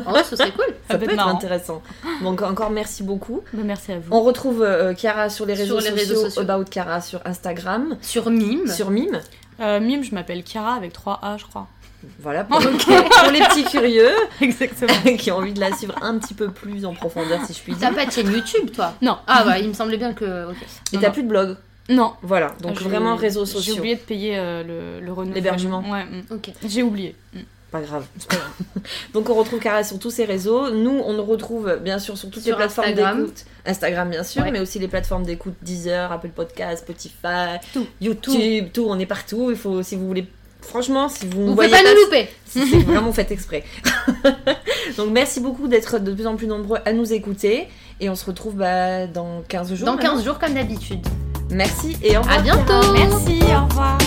A: En vrai, ce serait cool.
E: Ça
F: Ça
E: peut
F: peut
E: être
F: marrant.
E: intéressant. Donc encore merci beaucoup.
F: Mais merci à vous.
E: On retrouve euh, Chiara sur les réseaux,
A: Mm. Sur les réseaux
E: sociaux,
A: sociaux.
E: About Chiara sur Instagram,
A: Sur Mime.
E: sur Mime.
F: Euh, Mime, je m'appelle Kara avec 3 A, je crois.
E: Voilà pour, pour les petits curieux
F: Exactement.
E: qui ont envie de la suivre un petit peu plus en profondeur, si je puis
A: T'as
E: dire.
A: pas de chaîne YouTube, toi
F: Non.
A: Ah ouais, il me semblait bien que. ok.
E: Et
F: Non,
E: t'as
F: non.
E: plus de blog.
F: Non.
E: Voilà. Donc
F: J'ai-
E: vraiment réseaux
F: J'ai
E: sociaux.
F: oublié de payer euh, le, le renouvellement.
E: L'hébergement.
F: Ouais. mm.
A: Ok.
F: J'ai oublié. Mm.
E: Pas grave. c'est pas grave. Donc on retrouve Cara sur tous ses réseaux. Nous, on nous retrouve bien sûr sur toutes
A: Sur
E: les plateformes
A: Instagram.
E: d'écoute. Instagram bien sûr,
A: Ouais.
E: mais aussi les plateformes d'écoute Deezer, Apple Podcast, Spotify,
A: Tout.
E: YouTube, tout. On est partout. Il faut, si vous voulez, franchement, si vous ne
A: Vous pouvez
E: voyez
A: pas nous louper.
E: c'est c'est vraiment fait exprès. Donc merci beaucoup d'être de plus en plus nombreux à nous écouter et on se retrouve bah, dans 15 jours.
A: Dans
E: maintenant.
A: 15 jours, comme d'habitude.
E: Merci et au revoir.
A: À bientôt.
F: Merci, au revoir.